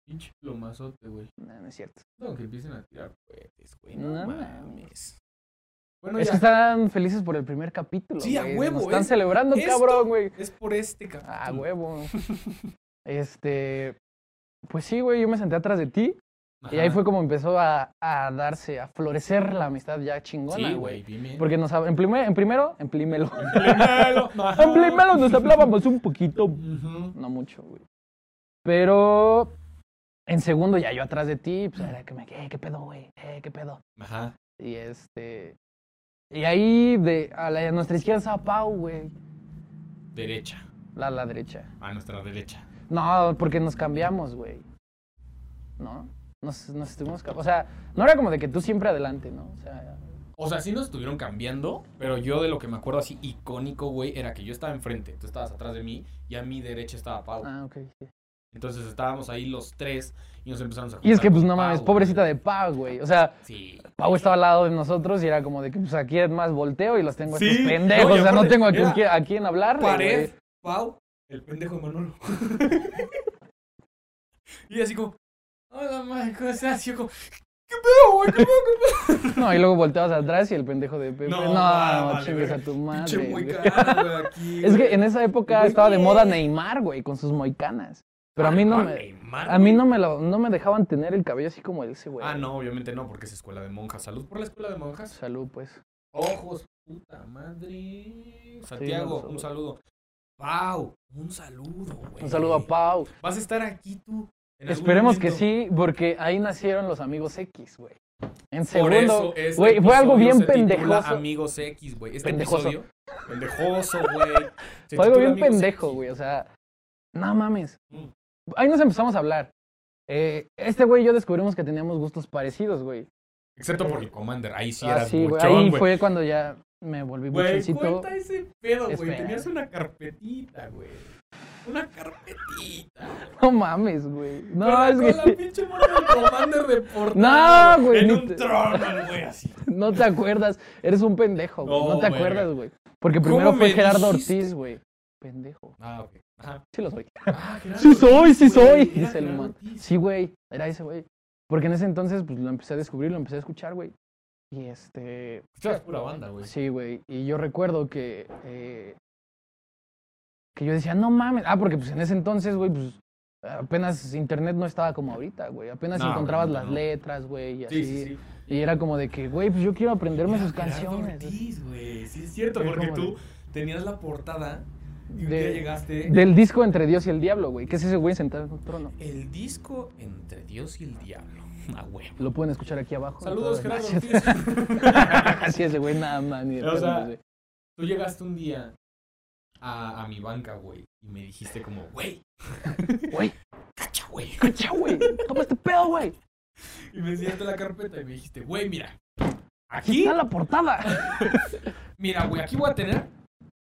Speaker 1: Pinche plomazote, güey.
Speaker 2: No, no es cierto.
Speaker 1: No, que empiecen a tirar cohetes, güey.
Speaker 2: No
Speaker 1: No
Speaker 2: mames.
Speaker 1: mames. Bueno,
Speaker 2: es que
Speaker 1: ya.
Speaker 2: están felices por el primer capítulo.
Speaker 1: Sí, a
Speaker 2: güey.
Speaker 1: huevo,
Speaker 2: Nos están
Speaker 1: es-
Speaker 2: celebrando,
Speaker 1: esto-
Speaker 2: cabrón, güey.
Speaker 1: Es por este capítulo.
Speaker 2: Ah, huevo. este. Pues sí, güey, yo me senté atrás de ti. Y ahí
Speaker 1: Ajá.
Speaker 2: fue como empezó a, a darse, a florecer la amistad ya chingona,
Speaker 1: Sí,
Speaker 2: güey.
Speaker 1: güey, dime.
Speaker 2: Porque nos hab- en, primer- en primero, en primero,
Speaker 1: Emplémelo. Ajá.
Speaker 2: en primero nos hablábamos un poquito.
Speaker 1: Ujú.
Speaker 2: No mucho, güey. Pero en segundo ya yo atrás de ti, pues era que me, eh, qué pedo, güey, eh, qué pedo.
Speaker 1: Ajá.
Speaker 2: Y este. Y ahí de, a, la- a nuestra izquierda estaba Pau, güey.
Speaker 1: Derecha.
Speaker 2: La, a la derecha.
Speaker 1: A nuestra derecha.
Speaker 2: No, porque nos cambiamos, güey. ¿No? Nos, nos estuvimos cam- O sea, no era como de que tú siempre adelante, ¿no? O sea,
Speaker 1: O sea, sí nos estuvieron cambiando, pero yo de lo que me acuerdo así icónico, güey, era que yo estaba enfrente, tú estabas atrás de mí y a mi derecha estaba Pau.
Speaker 2: ah, ok. sí.
Speaker 1: Entonces estábamos ahí los tres y nos empezamos a
Speaker 2: Y es que, pues
Speaker 1: con
Speaker 2: no mames,
Speaker 1: Pau,
Speaker 2: pobrecita
Speaker 1: güey.
Speaker 2: de Pau, güey. O sea,
Speaker 1: Sí.
Speaker 2: Pau estaba al lado de nosotros y era como de que, pues aquí es más volteo y los tengo a estos
Speaker 1: Sí,
Speaker 2: pendejos.
Speaker 1: no, y
Speaker 2: o sea, no
Speaker 1: aparte,
Speaker 2: tengo a quién,
Speaker 1: era
Speaker 2: qui- a quién hablarle,
Speaker 1: Pared,
Speaker 2: güey.
Speaker 1: Pau, el pendejo de Manolo. y así como, hola, madre, ¿cómo estás? Y yo como, ¿qué pedo, güey? ¿Qué pedo?
Speaker 2: No, y luego volteabas atrás y el pendejo de Pepe.
Speaker 1: No,
Speaker 2: No,
Speaker 1: ah,
Speaker 2: no,
Speaker 1: vale,
Speaker 2: chingues a
Speaker 1: verga.
Speaker 2: tu madre.
Speaker 1: Pinche
Speaker 2: güey".
Speaker 1: moicano, güey, aquí.
Speaker 2: Es que en esa época
Speaker 1: Güey,
Speaker 2: estaba de
Speaker 1: bien.
Speaker 2: moda Neymar, güey, con sus moicanas. Pero a mí no me.
Speaker 1: Neymar,
Speaker 2: A mí
Speaker 1: güey.
Speaker 2: no me, lo, no me dejaban tener el cabello así como ese, güey.
Speaker 1: Ah, no, obviamente no, porque es escuela de monjas. Salud por la escuela de monjas.
Speaker 2: Salud, pues.
Speaker 1: Ojos, puta madre. Santiago,
Speaker 2: no,
Speaker 1: un saludo. Pau, un saludo, güey.
Speaker 2: Un saludo a Pau.
Speaker 1: Vas a estar aquí tú. en algún
Speaker 2: Esperemos que
Speaker 1: momento.
Speaker 2: sí, porque ahí nacieron los amigos X, güey. En
Speaker 1: Por
Speaker 2: segundo,
Speaker 1: eso este
Speaker 2: güey, fue algo
Speaker 1: episodio
Speaker 2: bien
Speaker 1: se titula
Speaker 2: pendejoso.
Speaker 1: Amigos X, güey. Este
Speaker 2: Pendejoso.
Speaker 1: episodio. Pendejoso, güey. Se
Speaker 2: fue algo
Speaker 1: titula
Speaker 2: bien
Speaker 1: Amigos
Speaker 2: pendejo,
Speaker 1: X.
Speaker 2: güey. O sea, no mames.
Speaker 1: Mm.
Speaker 2: Ahí nos empezamos a hablar. Eh, este güey y yo descubrimos que teníamos gustos parecidos, güey.
Speaker 1: Excepto por el Commander. Ahí sí
Speaker 2: Ah,
Speaker 1: eras
Speaker 2: sí, güey.
Speaker 1: buchón,
Speaker 2: Ahí
Speaker 1: güey.
Speaker 2: fue cuando ya me volví
Speaker 1: Güey,
Speaker 2: buchoncito.
Speaker 1: cuenta ese pedo, güey.
Speaker 2: Espera.
Speaker 1: Tenías una carpetita, güey. Una carpetita. güey.
Speaker 2: No mames, güey. No,
Speaker 1: con la,
Speaker 2: es
Speaker 1: con
Speaker 2: que...
Speaker 1: la pinche morra del Commander de portada,
Speaker 2: No, güey,
Speaker 1: En
Speaker 2: ni
Speaker 1: un
Speaker 2: te-
Speaker 1: trono, güey, así.
Speaker 2: No te acuerdas. Eres un pendejo, güey. No,
Speaker 1: No,
Speaker 2: te
Speaker 1: verga.
Speaker 2: acuerdas, güey. Porque
Speaker 1: ¿Cómo
Speaker 2: primero fue
Speaker 1: me
Speaker 2: Gerardo
Speaker 1: dijiste?
Speaker 2: Ortiz, güey. Pendejo.
Speaker 1: Ah, ok. Ajá.
Speaker 2: Sí lo soy.
Speaker 1: Ah, Gerardo
Speaker 2: Sí soy,
Speaker 1: Ortiz, güey,
Speaker 2: sí soy.
Speaker 1: era
Speaker 2: Dice el
Speaker 1: Gerardo
Speaker 2: man.
Speaker 1: Ortiz.
Speaker 2: Sí, güey. Era ese, güey. Porque en ese entonces, pues, lo empecé a descubrir, lo empecé a escuchar, güey. Y este...
Speaker 1: Escuchabas pura banda, güey.
Speaker 2: Sí, güey. Y yo recuerdo que... eh, que yo decía, no mames. Ah, porque pues en ese entonces, güey, pues... Apenas internet no estaba como ahorita, güey. Apenas
Speaker 1: No,
Speaker 2: encontrabas las
Speaker 1: obviamente no.
Speaker 2: letras, güey, y así.
Speaker 1: Sí, sí, sí.
Speaker 2: Y era como de que, güey, pues yo quiero aprenderme
Speaker 1: Era
Speaker 2: sus
Speaker 1: Gerardo
Speaker 2: canciones.
Speaker 1: Ortiz, güey. Sí, es cierto,
Speaker 2: Era
Speaker 1: porque
Speaker 2: como
Speaker 1: tú tenías la portada y un
Speaker 2: De-
Speaker 1: día llegaste.
Speaker 2: Del disco Entre Dios y el Diablo, güey. ¿Qué es ese güey sentado en un trono?
Speaker 1: El disco entre Dios y el diablo. Ah, güey.
Speaker 2: Lo pueden escuchar aquí abajo.
Speaker 1: Saludos,
Speaker 2: Todo-
Speaker 1: Gerardo
Speaker 2: Ah, sí,
Speaker 1: Ortiz.
Speaker 2: Así ese güey, nada más. ni de
Speaker 1: O
Speaker 2: pedo,
Speaker 1: sea,
Speaker 2: güey.
Speaker 1: Tú llegaste un día a, a mi banca, güey, y me dijiste como, güey,
Speaker 2: Güey,
Speaker 1: cacha, güey.
Speaker 2: cacha, güey. ¿Cómo este pedo, güey?
Speaker 1: Y me enseñaste la carpeta y me dijiste, güey, mira, Aquí,
Speaker 2: está la portada.
Speaker 1: mira, güey, aquí voy a tener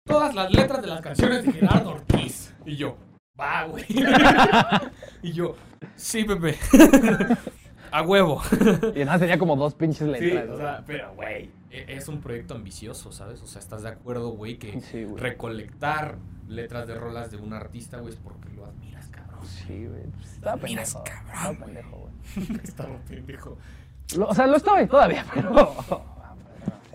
Speaker 1: todas las letras de las canciones de Gerardo Ortiz. Y yo, va, güey. y yo, sí, Pepe. a huevo.
Speaker 2: Y nada, tenía como dos pinches
Speaker 1: Sí,
Speaker 2: letras.
Speaker 1: o sea, pero, güey, e- es un proyecto ambicioso, ¿sabes? O sea, ¿estás de acuerdo, güey, que
Speaker 2: Sí, güey.
Speaker 1: recolectar letras de rolas de un artista, güey, es porque lo admiras, cabrón?
Speaker 2: Sí, güey. pues, Estaba
Speaker 1: Mira, es
Speaker 2: pendejo.
Speaker 1: cabrón,
Speaker 2: estaba
Speaker 1: güey.
Speaker 2: pendejo, güey.
Speaker 1: Estaba pendejo.
Speaker 2: Lo- o sea, lo estaba todavía, pero.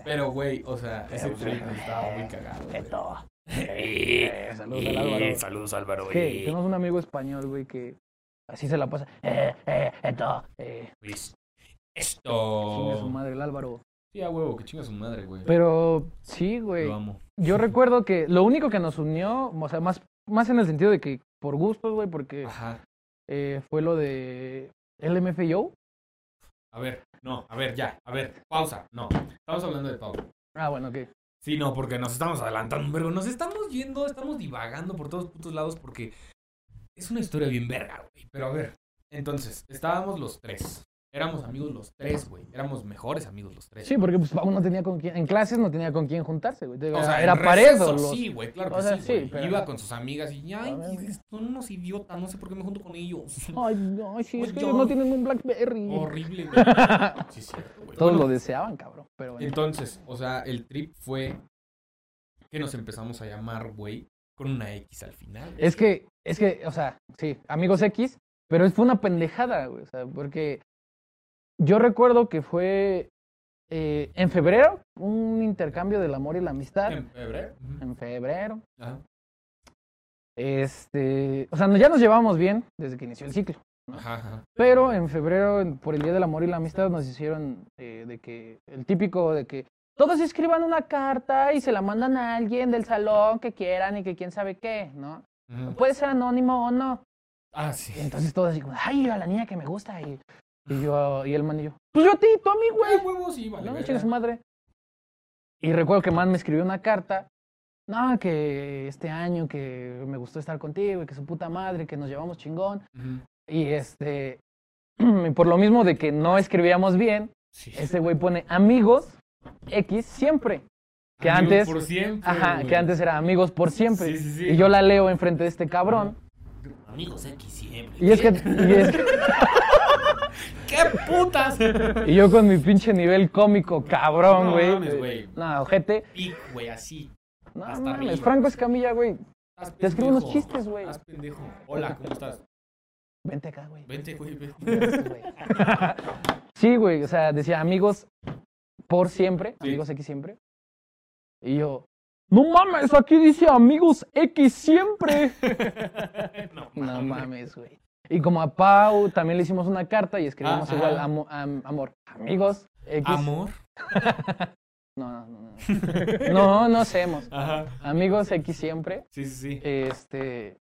Speaker 1: Pero, güey, o sea, ese proyecto estaba muy cagado, güey.
Speaker 2: Esto. Eh, saludos al Álvaro.
Speaker 1: Saludos, Álvaro.
Speaker 2: Es que tenemos un amigo español, güey, que así se la pasa. Eh, eh, esto. Eh, chinga su
Speaker 1: pues, Esto.
Speaker 2: madre, el Álvaro.
Speaker 1: Sí, a huevo, que chinga su madre, güey.
Speaker 2: Pero sí, güey.
Speaker 1: Lo amo.
Speaker 2: Yo recuerdo que lo único que nos unió, o sea, más, más en el sentido de que por gustos, güey, porque
Speaker 1: Ajá.
Speaker 2: eh, fue lo de LMFAO.
Speaker 1: A ver, no, a ver, ya, a ver, pausa. No, estamos hablando de Pau.
Speaker 2: Ah, bueno, ok.
Speaker 1: Sí, no, porque nos estamos adelantando, pero nos estamos yendo, estamos divagando por todos putos lados porque es una historia bien verga, güey. Pero a ver, entonces, estábamos los tres. Éramos amigos los tres, güey. Éramos mejores amigos los tres.
Speaker 2: Sí, porque pues Pau no tenía con quién, en clases no tenía con quién juntarse, güey.
Speaker 1: O
Speaker 2: Era,
Speaker 1: sea, en
Speaker 2: era pared
Speaker 1: receso,
Speaker 2: o los-
Speaker 1: Sí, güey, claro
Speaker 2: o
Speaker 1: que
Speaker 2: sea,
Speaker 1: sí,
Speaker 2: sí,
Speaker 1: güey.
Speaker 2: pero-
Speaker 1: Iba con sus amigas y, ay,
Speaker 2: A ver.
Speaker 1: son unos idiotas, no sé por qué me junto con ellos.
Speaker 2: Ay, no, sí, es
Speaker 1: Oye,
Speaker 2: que
Speaker 1: Pues yo-
Speaker 2: ellos no tienen un Blackberry.
Speaker 1: Horrible, güey. Sí, es cierto, güey.
Speaker 2: Todos
Speaker 1: Bueno,
Speaker 2: lo deseaban, cabrón. Pero bueno.
Speaker 1: Entonces, o sea, el trip fue que nos empezamos a llamar, güey, con una X al final.
Speaker 2: Es que, es que, o sea, sí, amigos X, pero fue una pendejada, güey. O sea, porque yo recuerdo que fue eh, en febrero, un intercambio del amor y la amistad.
Speaker 1: En febrero. Ujú.
Speaker 2: En febrero.
Speaker 1: Ajá.
Speaker 2: Este, o sea, no- ya nos llevábamos bien desde que inició el ciclo.
Speaker 1: Ajá, ajá.
Speaker 2: Pero en febrero, en- por el Día del Amor y la Amistad, nos hicieron eh, de que el típico de que todos escriban una carta y se la mandan a alguien del salón que quieran y que quién sabe qué, ¿no?
Speaker 1: Ujú.
Speaker 2: Puede ser anónimo o no.
Speaker 1: Ah, sí.
Speaker 2: Y Pues, entonces todos así como, ay, a la niña que me gusta. Y, y yo, y el man y yo, pues yo a ti, tú a mí,
Speaker 1: Güey,
Speaker 2: güey.
Speaker 1: huevos, sí, vale.
Speaker 2: No me
Speaker 1: verga.
Speaker 2: chingues su madre. Y recuerdo que man me escribió una carta. No, que este año que me gustó estar contigo y que su puta madre, que nos llevamos chingón.
Speaker 1: Ujú.
Speaker 2: Y este, y por lo mismo de que no escribíamos bien,
Speaker 1: Sí.
Speaker 2: este güey pone amigos X siempre. que
Speaker 1: Amigos
Speaker 2: antes-
Speaker 1: Por siempre,
Speaker 2: Ajá,
Speaker 1: güey.
Speaker 2: que antes era amigos por siempre.
Speaker 1: Sí, sí, sí.
Speaker 2: Y yo la leo enfrente de este cabrón.
Speaker 1: Amigos X siempre.
Speaker 2: Y es que, y es que
Speaker 1: ¡Qué putas!
Speaker 2: Y yo con mi pinche nivel cómico, cabrón,
Speaker 1: No
Speaker 2: güey.
Speaker 1: mames, güey.
Speaker 2: No, ojete.
Speaker 1: Pic, güey, así.
Speaker 2: No
Speaker 1: Hasta
Speaker 2: mames,
Speaker 1: arriba.
Speaker 2: Franco Escamilla, güey.
Speaker 1: Haz
Speaker 2: Te escribo unos
Speaker 1: pendejo.
Speaker 2: chistes, güey.
Speaker 1: Haz pendejo. Hola, ¿cómo estás?
Speaker 2: Vente acá, güey.
Speaker 1: Vente, güey, vente.
Speaker 2: Vente, güey. sí, güey, o sea, decía amigos por siempre,
Speaker 1: Sí.
Speaker 2: amigos X siempre. Y yo, no mames, aquí dice amigos X siempre.
Speaker 1: no,
Speaker 2: No mames, güey. Y como a Pau también le hicimos una carta y escribimos
Speaker 1: Ah,
Speaker 2: igual
Speaker 1: ajá.
Speaker 2: amo- am- amor. Amigos X.
Speaker 1: ¿Amor?
Speaker 2: No, no, no. No, no, no hacemos.
Speaker 1: Ajá.
Speaker 2: Amigos X siempre.
Speaker 1: Sí, sí, sí.
Speaker 2: Este,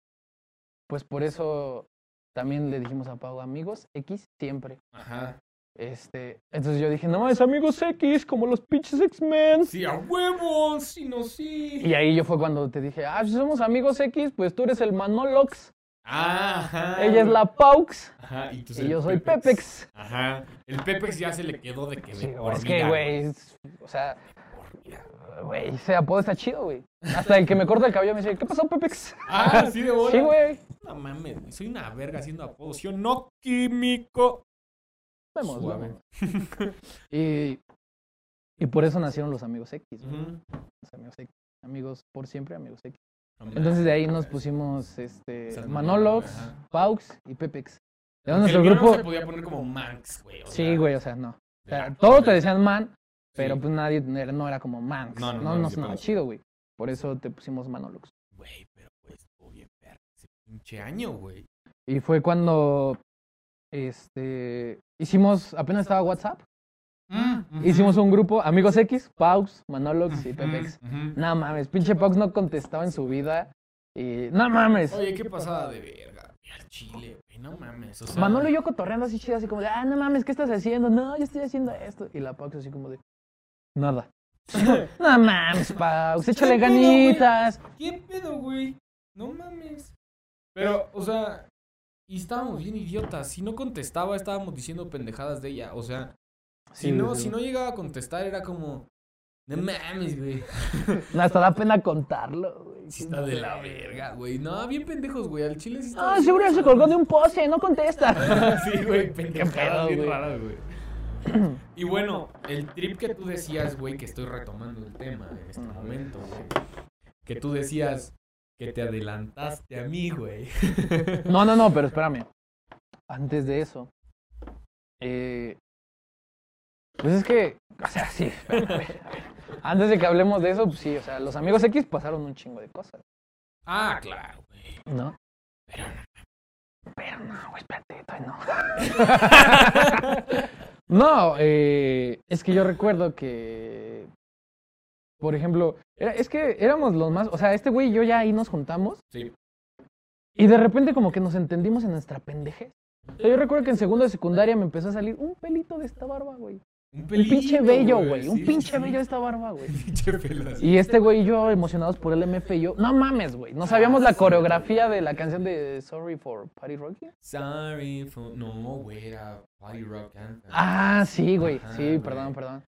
Speaker 2: pues por eso también le dijimos a Pau, amigos X siempre.
Speaker 1: Ajá.
Speaker 2: Este, entonces yo dije, no mames, amigos X, como los pinches X-Men.
Speaker 1: Sí, a huevos, sí, no, sí.
Speaker 2: Y ahí yo fue cuando te dije, ah, si somos amigos X, pues tú eres el Manolox,
Speaker 1: Ajá.
Speaker 2: ella es la Paux
Speaker 1: Ajá, y tú
Speaker 2: y yo soy Pepex.
Speaker 1: Ajá. El Pepex ya se le quedó de que
Speaker 2: Sí,
Speaker 1: de
Speaker 2: güey,
Speaker 1: por
Speaker 2: es que,
Speaker 1: vida,
Speaker 2: güey, es- o sea,
Speaker 1: Hormiga.
Speaker 2: güey, ese apodo está chido, güey. Hasta el que me corta el cabello me dice, ¿qué pasó, Pepex?
Speaker 1: Ah, sí, de bola.
Speaker 2: Sí, güey,
Speaker 1: No mames, güey, soy una verga haciendo apodos. Yo no químico.
Speaker 2: vemos,
Speaker 1: Suave.
Speaker 2: vemos. Y, y por eso nacieron los amigos X, güey.
Speaker 1: Ujú.
Speaker 2: los amigos X, amigos por siempre, amigos X.
Speaker 1: No mames.
Speaker 2: Entonces de ahí nos pusimos este
Speaker 1: Esas
Speaker 2: Manolox,
Speaker 1: mamadas, ajá.
Speaker 2: Paux y Pepex.
Speaker 1: Porque
Speaker 2: Era nuestro
Speaker 1: el mío
Speaker 2: grupo.
Speaker 1: No se podía poner como Manx, güey. o
Speaker 2: Sí,
Speaker 1: sea,
Speaker 2: güey, o sea, no. O sea,
Speaker 1: era-
Speaker 2: todos te decían man, pero
Speaker 1: Sí,
Speaker 2: pues nadie era- no era como man.
Speaker 1: No,
Speaker 2: No,
Speaker 1: no,
Speaker 2: no,
Speaker 1: no,
Speaker 2: no,
Speaker 1: sí,
Speaker 2: sonaba
Speaker 1: pero-
Speaker 2: chido, güey. Por eso te pusimos Manolox.
Speaker 1: Güey, pero pues estuvo bien verga ese pinche año, güey.
Speaker 2: Y fue cuando este hicimos, apenas estaba WhatsApp, Mm, hicimos un grupo, amigos X, Paux, Manolox y Pepex.
Speaker 1: Ujú.
Speaker 2: No mames, pinche Paux no contestaba en su vida. Y no mames.
Speaker 1: Oye, qué pasada de verga. güey, Al chile, güey. No mames. O sea,
Speaker 2: Manolo y yo cotorreando así chido, así como de, ah, no mames, ¿qué estás haciendo? No, yo estoy haciendo esto. Y la Paux así como de, nada. no mames, Paux,
Speaker 1: ¿Qué
Speaker 2: échale
Speaker 1: pedo, güey?
Speaker 2: ganitas.
Speaker 1: ¿Qué pedo, güey? No mames. Pero, o sea, y estábamos bien idiotas. Si no contestaba, estábamos diciendo pendejadas de ella. O sea, Si
Speaker 2: Sí,
Speaker 1: no,
Speaker 2: desde
Speaker 1: si no
Speaker 2: luego.
Speaker 1: llegaba a contestar, era como. No mames, güey.
Speaker 3: No, hasta da pena contarlo, güey.
Speaker 1: Sí está de la verga, güey. No, bien pendejos, güey. Al chile sí está.
Speaker 3: Ah, seguro ya se colgó de un poste, no contesta.
Speaker 1: sí, güey,
Speaker 3: pedo,
Speaker 1: pendejadas bien
Speaker 3: güey.
Speaker 1: raras, güey. Y bueno, el trip que tú decías, güey, que estoy retomando el tema en este momento, güey. Que tú decías que te adelantaste a mí, güey.
Speaker 2: No, no, no, pero espérame. Antes de eso. eh, pues es que, o sea, sí, espérame, a ver, a ver. Antes de que hablemos de eso, pues sí, o sea, los amigos X pasaron un chingo de cosas,
Speaker 1: Ah, claro, güey.
Speaker 2: ¿no?
Speaker 1: Pero no.
Speaker 2: Pero no, güey, espérate, todavía no. no, eh, es que yo recuerdo que, por ejemplo, era- es que éramos los más, o sea, este güey y yo ya ahí nos juntamos.
Speaker 1: Sí.
Speaker 2: Y de repente como que nos entendimos en nuestra pendejez. O sea, Yo recuerdo que en segundo de secundaria me empezó a salir un pelito de esta barba, güey.
Speaker 1: Un
Speaker 2: Un pinche bello, güey.
Speaker 1: sí,
Speaker 2: Un pinche
Speaker 1: sí.
Speaker 2: bello de esta barba, güey.
Speaker 1: Pinche pelo así.
Speaker 2: Y este güey y yo emocionados por el MF y yo, no mames, güey. No sabíamos la coreografía de la canción de Sorry for Party Rocky.
Speaker 1: Sorry for... No, güey, era Party Rock Anthem.
Speaker 2: Ah, sí, güey.
Speaker 1: Ajá,
Speaker 2: Sí,
Speaker 1: güey.
Speaker 2: perdón, perdón.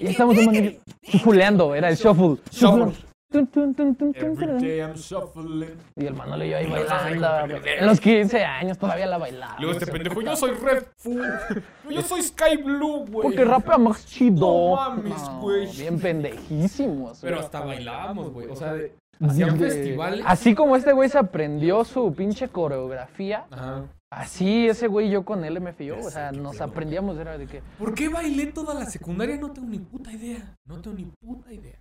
Speaker 2: Y estamos un momento chuleando, era el shuffle.
Speaker 1: Shuffle.
Speaker 2: Tun, tun, tun, tun, tun,
Speaker 1: Every
Speaker 2: tun.
Speaker 1: day I'm shuffling.
Speaker 2: Y el Manolo y yo ahí
Speaker 1: Y nosotros ahí
Speaker 2: bailando.
Speaker 1: como
Speaker 2: En los 15 años todavía la bailaba.
Speaker 1: Luego este pendejo, yo soy Red Food. Yo soy Sky Blue, güey.
Speaker 2: Porque rapea más chido.
Speaker 1: No mames, güey.
Speaker 2: bien pendejísimos.
Speaker 1: Pero
Speaker 2: güey.
Speaker 1: hasta bailábamos, güey. O sea, de-
Speaker 2: Así
Speaker 1: hacían
Speaker 2: que-
Speaker 1: festivales.
Speaker 2: Así como este güey se aprendió su pinche coreografía,
Speaker 1: Ajá.
Speaker 2: así Ah, ese güey y yo con él me fui yo.
Speaker 1: Ya
Speaker 2: O
Speaker 1: sé
Speaker 2: sea,
Speaker 1: qué
Speaker 2: nos
Speaker 1: pedo.
Speaker 2: aprendíamos, era de que
Speaker 1: ¿Por qué bailé toda la secundaria? No tengo ni puta idea. No tengo ni puta idea.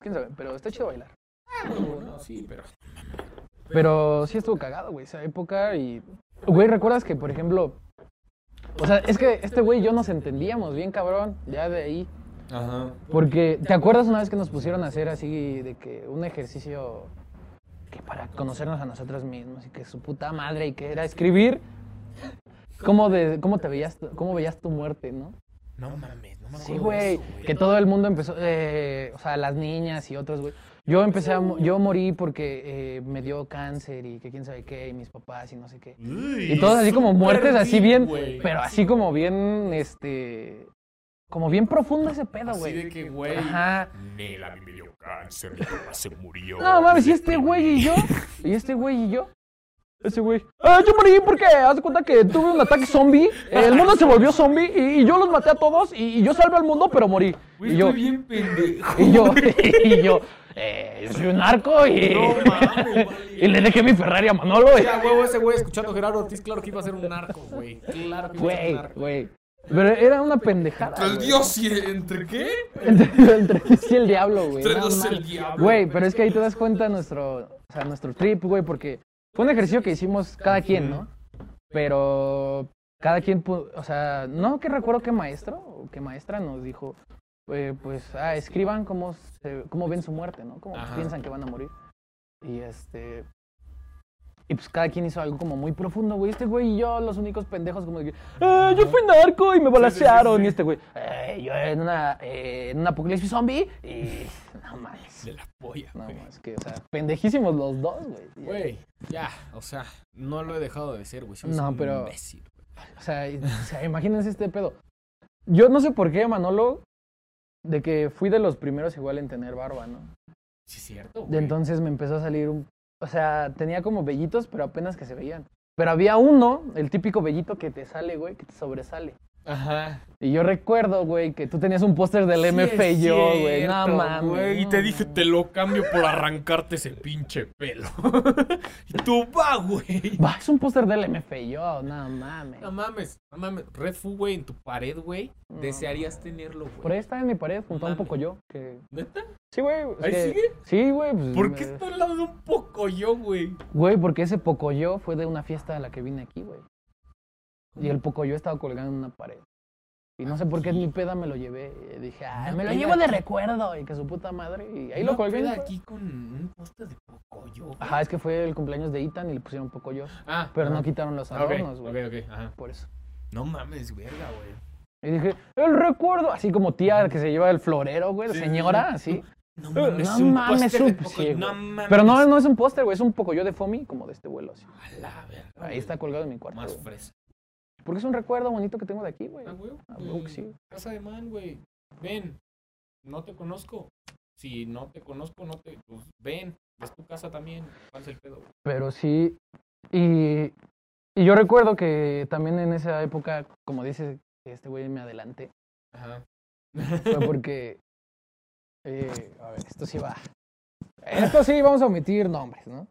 Speaker 2: quién sabe, pero está chido bailar.
Speaker 1: Ah, huevo, no, sí, pero.
Speaker 2: Pero sí estuvo cagado, güey, esa época y... Güey, ¿recuerdas que, por ejemplo... O sea, es que este güey y yo nos entendíamos bien cabrón, ya de ahí.
Speaker 1: Ajá.
Speaker 2: Porque, ¿te acuerdas una vez que nos pusieron a hacer así de que un ejercicio que para conocernos a nosotros mismos y que su puta madre y que era escribir cómo, de, cómo te veías, tu- cómo veías tu muerte, ¿no?
Speaker 1: No mames, no me acuerdo.
Speaker 2: Sí,
Speaker 1: de
Speaker 2: güey,
Speaker 1: eso,
Speaker 2: que todo el mundo empezó, eh, o sea, las niñas y otros, güey. Yo empecé a, mo- yo morí porque eh, me dio cáncer y que quién sabe qué, y mis papás y no sé qué.
Speaker 1: Uy,
Speaker 2: Y todos así como
Speaker 1: súper
Speaker 2: muertes, así
Speaker 1: deep,
Speaker 2: bien,
Speaker 1: güey.
Speaker 2: pero así como bien, este, como bien profundo ese pedo,
Speaker 1: Así
Speaker 2: güey.
Speaker 1: de que, güey.
Speaker 2: Ajá.
Speaker 4: Nel, a mí me dio cáncer, mi papá se murió.
Speaker 2: No mames, y este güey y yo. Y este güey y yo. Ese güey. "Ah, yo morí porque haz de cuenta que tuve un ataque zombie. eh, el mundo se volvió zombie y, y yo los maté a todos y, y yo salvé al mundo, pero morí.
Speaker 1: Güey,
Speaker 2: Y yo,
Speaker 1: estoy bien pendejo.
Speaker 2: y yo, y yo, eh, soy un narco y.
Speaker 1: No mames, vale.
Speaker 2: y le dejé mi Ferrari a Manolo. güey.
Speaker 1: Ya, huevo, ese güey escuchando a Gerardo Ortiz, claro que iba a ser un narco, güey. Claro que iba a ser un
Speaker 2: Güey,
Speaker 1: narco.
Speaker 2: güey. Pero era una pendejada.
Speaker 1: Entre el
Speaker 2: güey.
Speaker 1: dios y el- entre qué?
Speaker 2: Entre, entre Dios y el diablo, güey.
Speaker 1: Entre
Speaker 2: no
Speaker 1: Dios y el
Speaker 2: mames.
Speaker 1: diablo.
Speaker 2: Güey, Ah, pero es que ahí te das cuenta nuestro, o sea, nuestro trip, güey, porque fue un ejercicio que hicimos cada quien, ¿no? Pero cada quien, pu- o sea, no que recuerdo qué maestro o qué maestra nos dijo, eh, pues, ah, escriban cómo, se- cómo ven su muerte, ¿no? Cómo
Speaker 1: Ajá.
Speaker 2: piensan que van a morir. Y este... Y pues cada quien hizo algo como muy profundo, güey. Este güey y yo, los únicos pendejos, como de que, "Ah, yo fui narco y me balacearon. Y este güey, "Eh, yo en una, eh, en un apocalipsis zombie y... No mames.
Speaker 1: De la polla,
Speaker 2: No,
Speaker 1: güey.
Speaker 2: es que, o sea, pendejísimos los dos, güey. Y-
Speaker 1: Güey, ya, o sea, no lo he dejado de ser, güey. soy
Speaker 2: No,
Speaker 1: un
Speaker 2: pero-
Speaker 1: imbécil, güey.
Speaker 2: O sea, y- o sea, imagínense este pedo. Yo no sé por qué, Manolo, de que fui de los primeros igual en tener barba, ¿no?
Speaker 1: Sí, es cierto.
Speaker 2: De
Speaker 1: güey.
Speaker 2: entonces me empezó a salir un... O sea, tenía como vellitos, pero apenas que se veían. Pero había uno, el típico vellito que te sale, güey, que te sobresale.
Speaker 1: Ajá.
Speaker 2: Y yo recuerdo, güey, que tú tenías un póster del
Speaker 1: Sí
Speaker 2: MF
Speaker 1: es
Speaker 2: y yo, güey. No
Speaker 1: cierto,
Speaker 2: mames.
Speaker 1: güey, Y
Speaker 2: no
Speaker 1: te dije,
Speaker 2: mames.
Speaker 1: te lo cambio por arrancarte ese pinche pelo. y tú va, güey.
Speaker 2: Bah, es un póster del MF y yo, no mames.
Speaker 1: No mames, no mames. Red Food, güey, en tu pared, güey.
Speaker 2: No.
Speaker 1: Desearías tenerlo, güey.
Speaker 2: Mm. Por ahí está en mi pared, junto a
Speaker 1: Mames.
Speaker 2: un poco yo, que
Speaker 1: ¿Neta?
Speaker 2: Sí, güey. es
Speaker 1: ¿Ahí
Speaker 2: que-
Speaker 1: sigue?
Speaker 2: Sí, güey. Pues,
Speaker 1: ¿Por qué
Speaker 2: me-
Speaker 1: está al lado de un poco yo, güey?
Speaker 2: Güey, porque ese Pocoyo fue de una fiesta a la que vine aquí, güey. Y el Pocoyo estaba colgado en una pared. Y no sé por qué en mi peda me lo llevé. Y dije, ay,
Speaker 1: Una
Speaker 2: me lo
Speaker 1: peda
Speaker 2: llevo de
Speaker 1: aquí.
Speaker 2: recuerdo. Y que su puta madre. Y ahí
Speaker 1: Una
Speaker 2: lo colgué. en
Speaker 1: peda
Speaker 2: mi pa-
Speaker 1: aquí con un poste de poco yo. güey.
Speaker 2: Ajá, es que fue el cumpleaños de Ethan y le pusieron Pocoyo.
Speaker 1: Ah,
Speaker 2: Pero no
Speaker 1: ajá.
Speaker 2: quitaron los
Speaker 1: Ah, ok,
Speaker 2: adornos, güey.
Speaker 1: ok, ok, ajá.
Speaker 2: Por eso.
Speaker 1: No mames, verga, güey.
Speaker 2: Y dije, el recuerdo. Así como tía que se lleva el florero, güey. la
Speaker 1: Sí, sí,
Speaker 2: señora, así.
Speaker 1: No
Speaker 2: no
Speaker 1: mames, un
Speaker 2: mames,
Speaker 1: póster
Speaker 2: un-
Speaker 1: de poco-
Speaker 2: sí,
Speaker 1: no
Speaker 2: güey.
Speaker 1: mames.
Speaker 2: Pero no, no es un póster, güey. Es un Pocoyo de Fomi, como de este vuelo. Así.
Speaker 1: A la verga,
Speaker 2: Ahí
Speaker 1: güey.
Speaker 2: está colgado en mi cuarto.
Speaker 1: Más
Speaker 2: güey.
Speaker 1: fresa.
Speaker 2: Porque es un recuerdo bonito que tengo de aquí, güey.
Speaker 1: Ah, güey,
Speaker 2: Ah, güey,
Speaker 1: eh,
Speaker 2: sí.
Speaker 1: Casa de man, güey. Ven. No te conozco. Si no te conozco, no te. Pues ven. Es tu casa también. ¿Cuál es el pedo?
Speaker 2: Pero sí. Y, y yo recuerdo que también en esa época, como dices, que este güey me adelanté.
Speaker 1: Ajá.
Speaker 2: Fue porque. eh, a ver, esto sí va. Esto sí, vamos a omitir nombres, ¿no?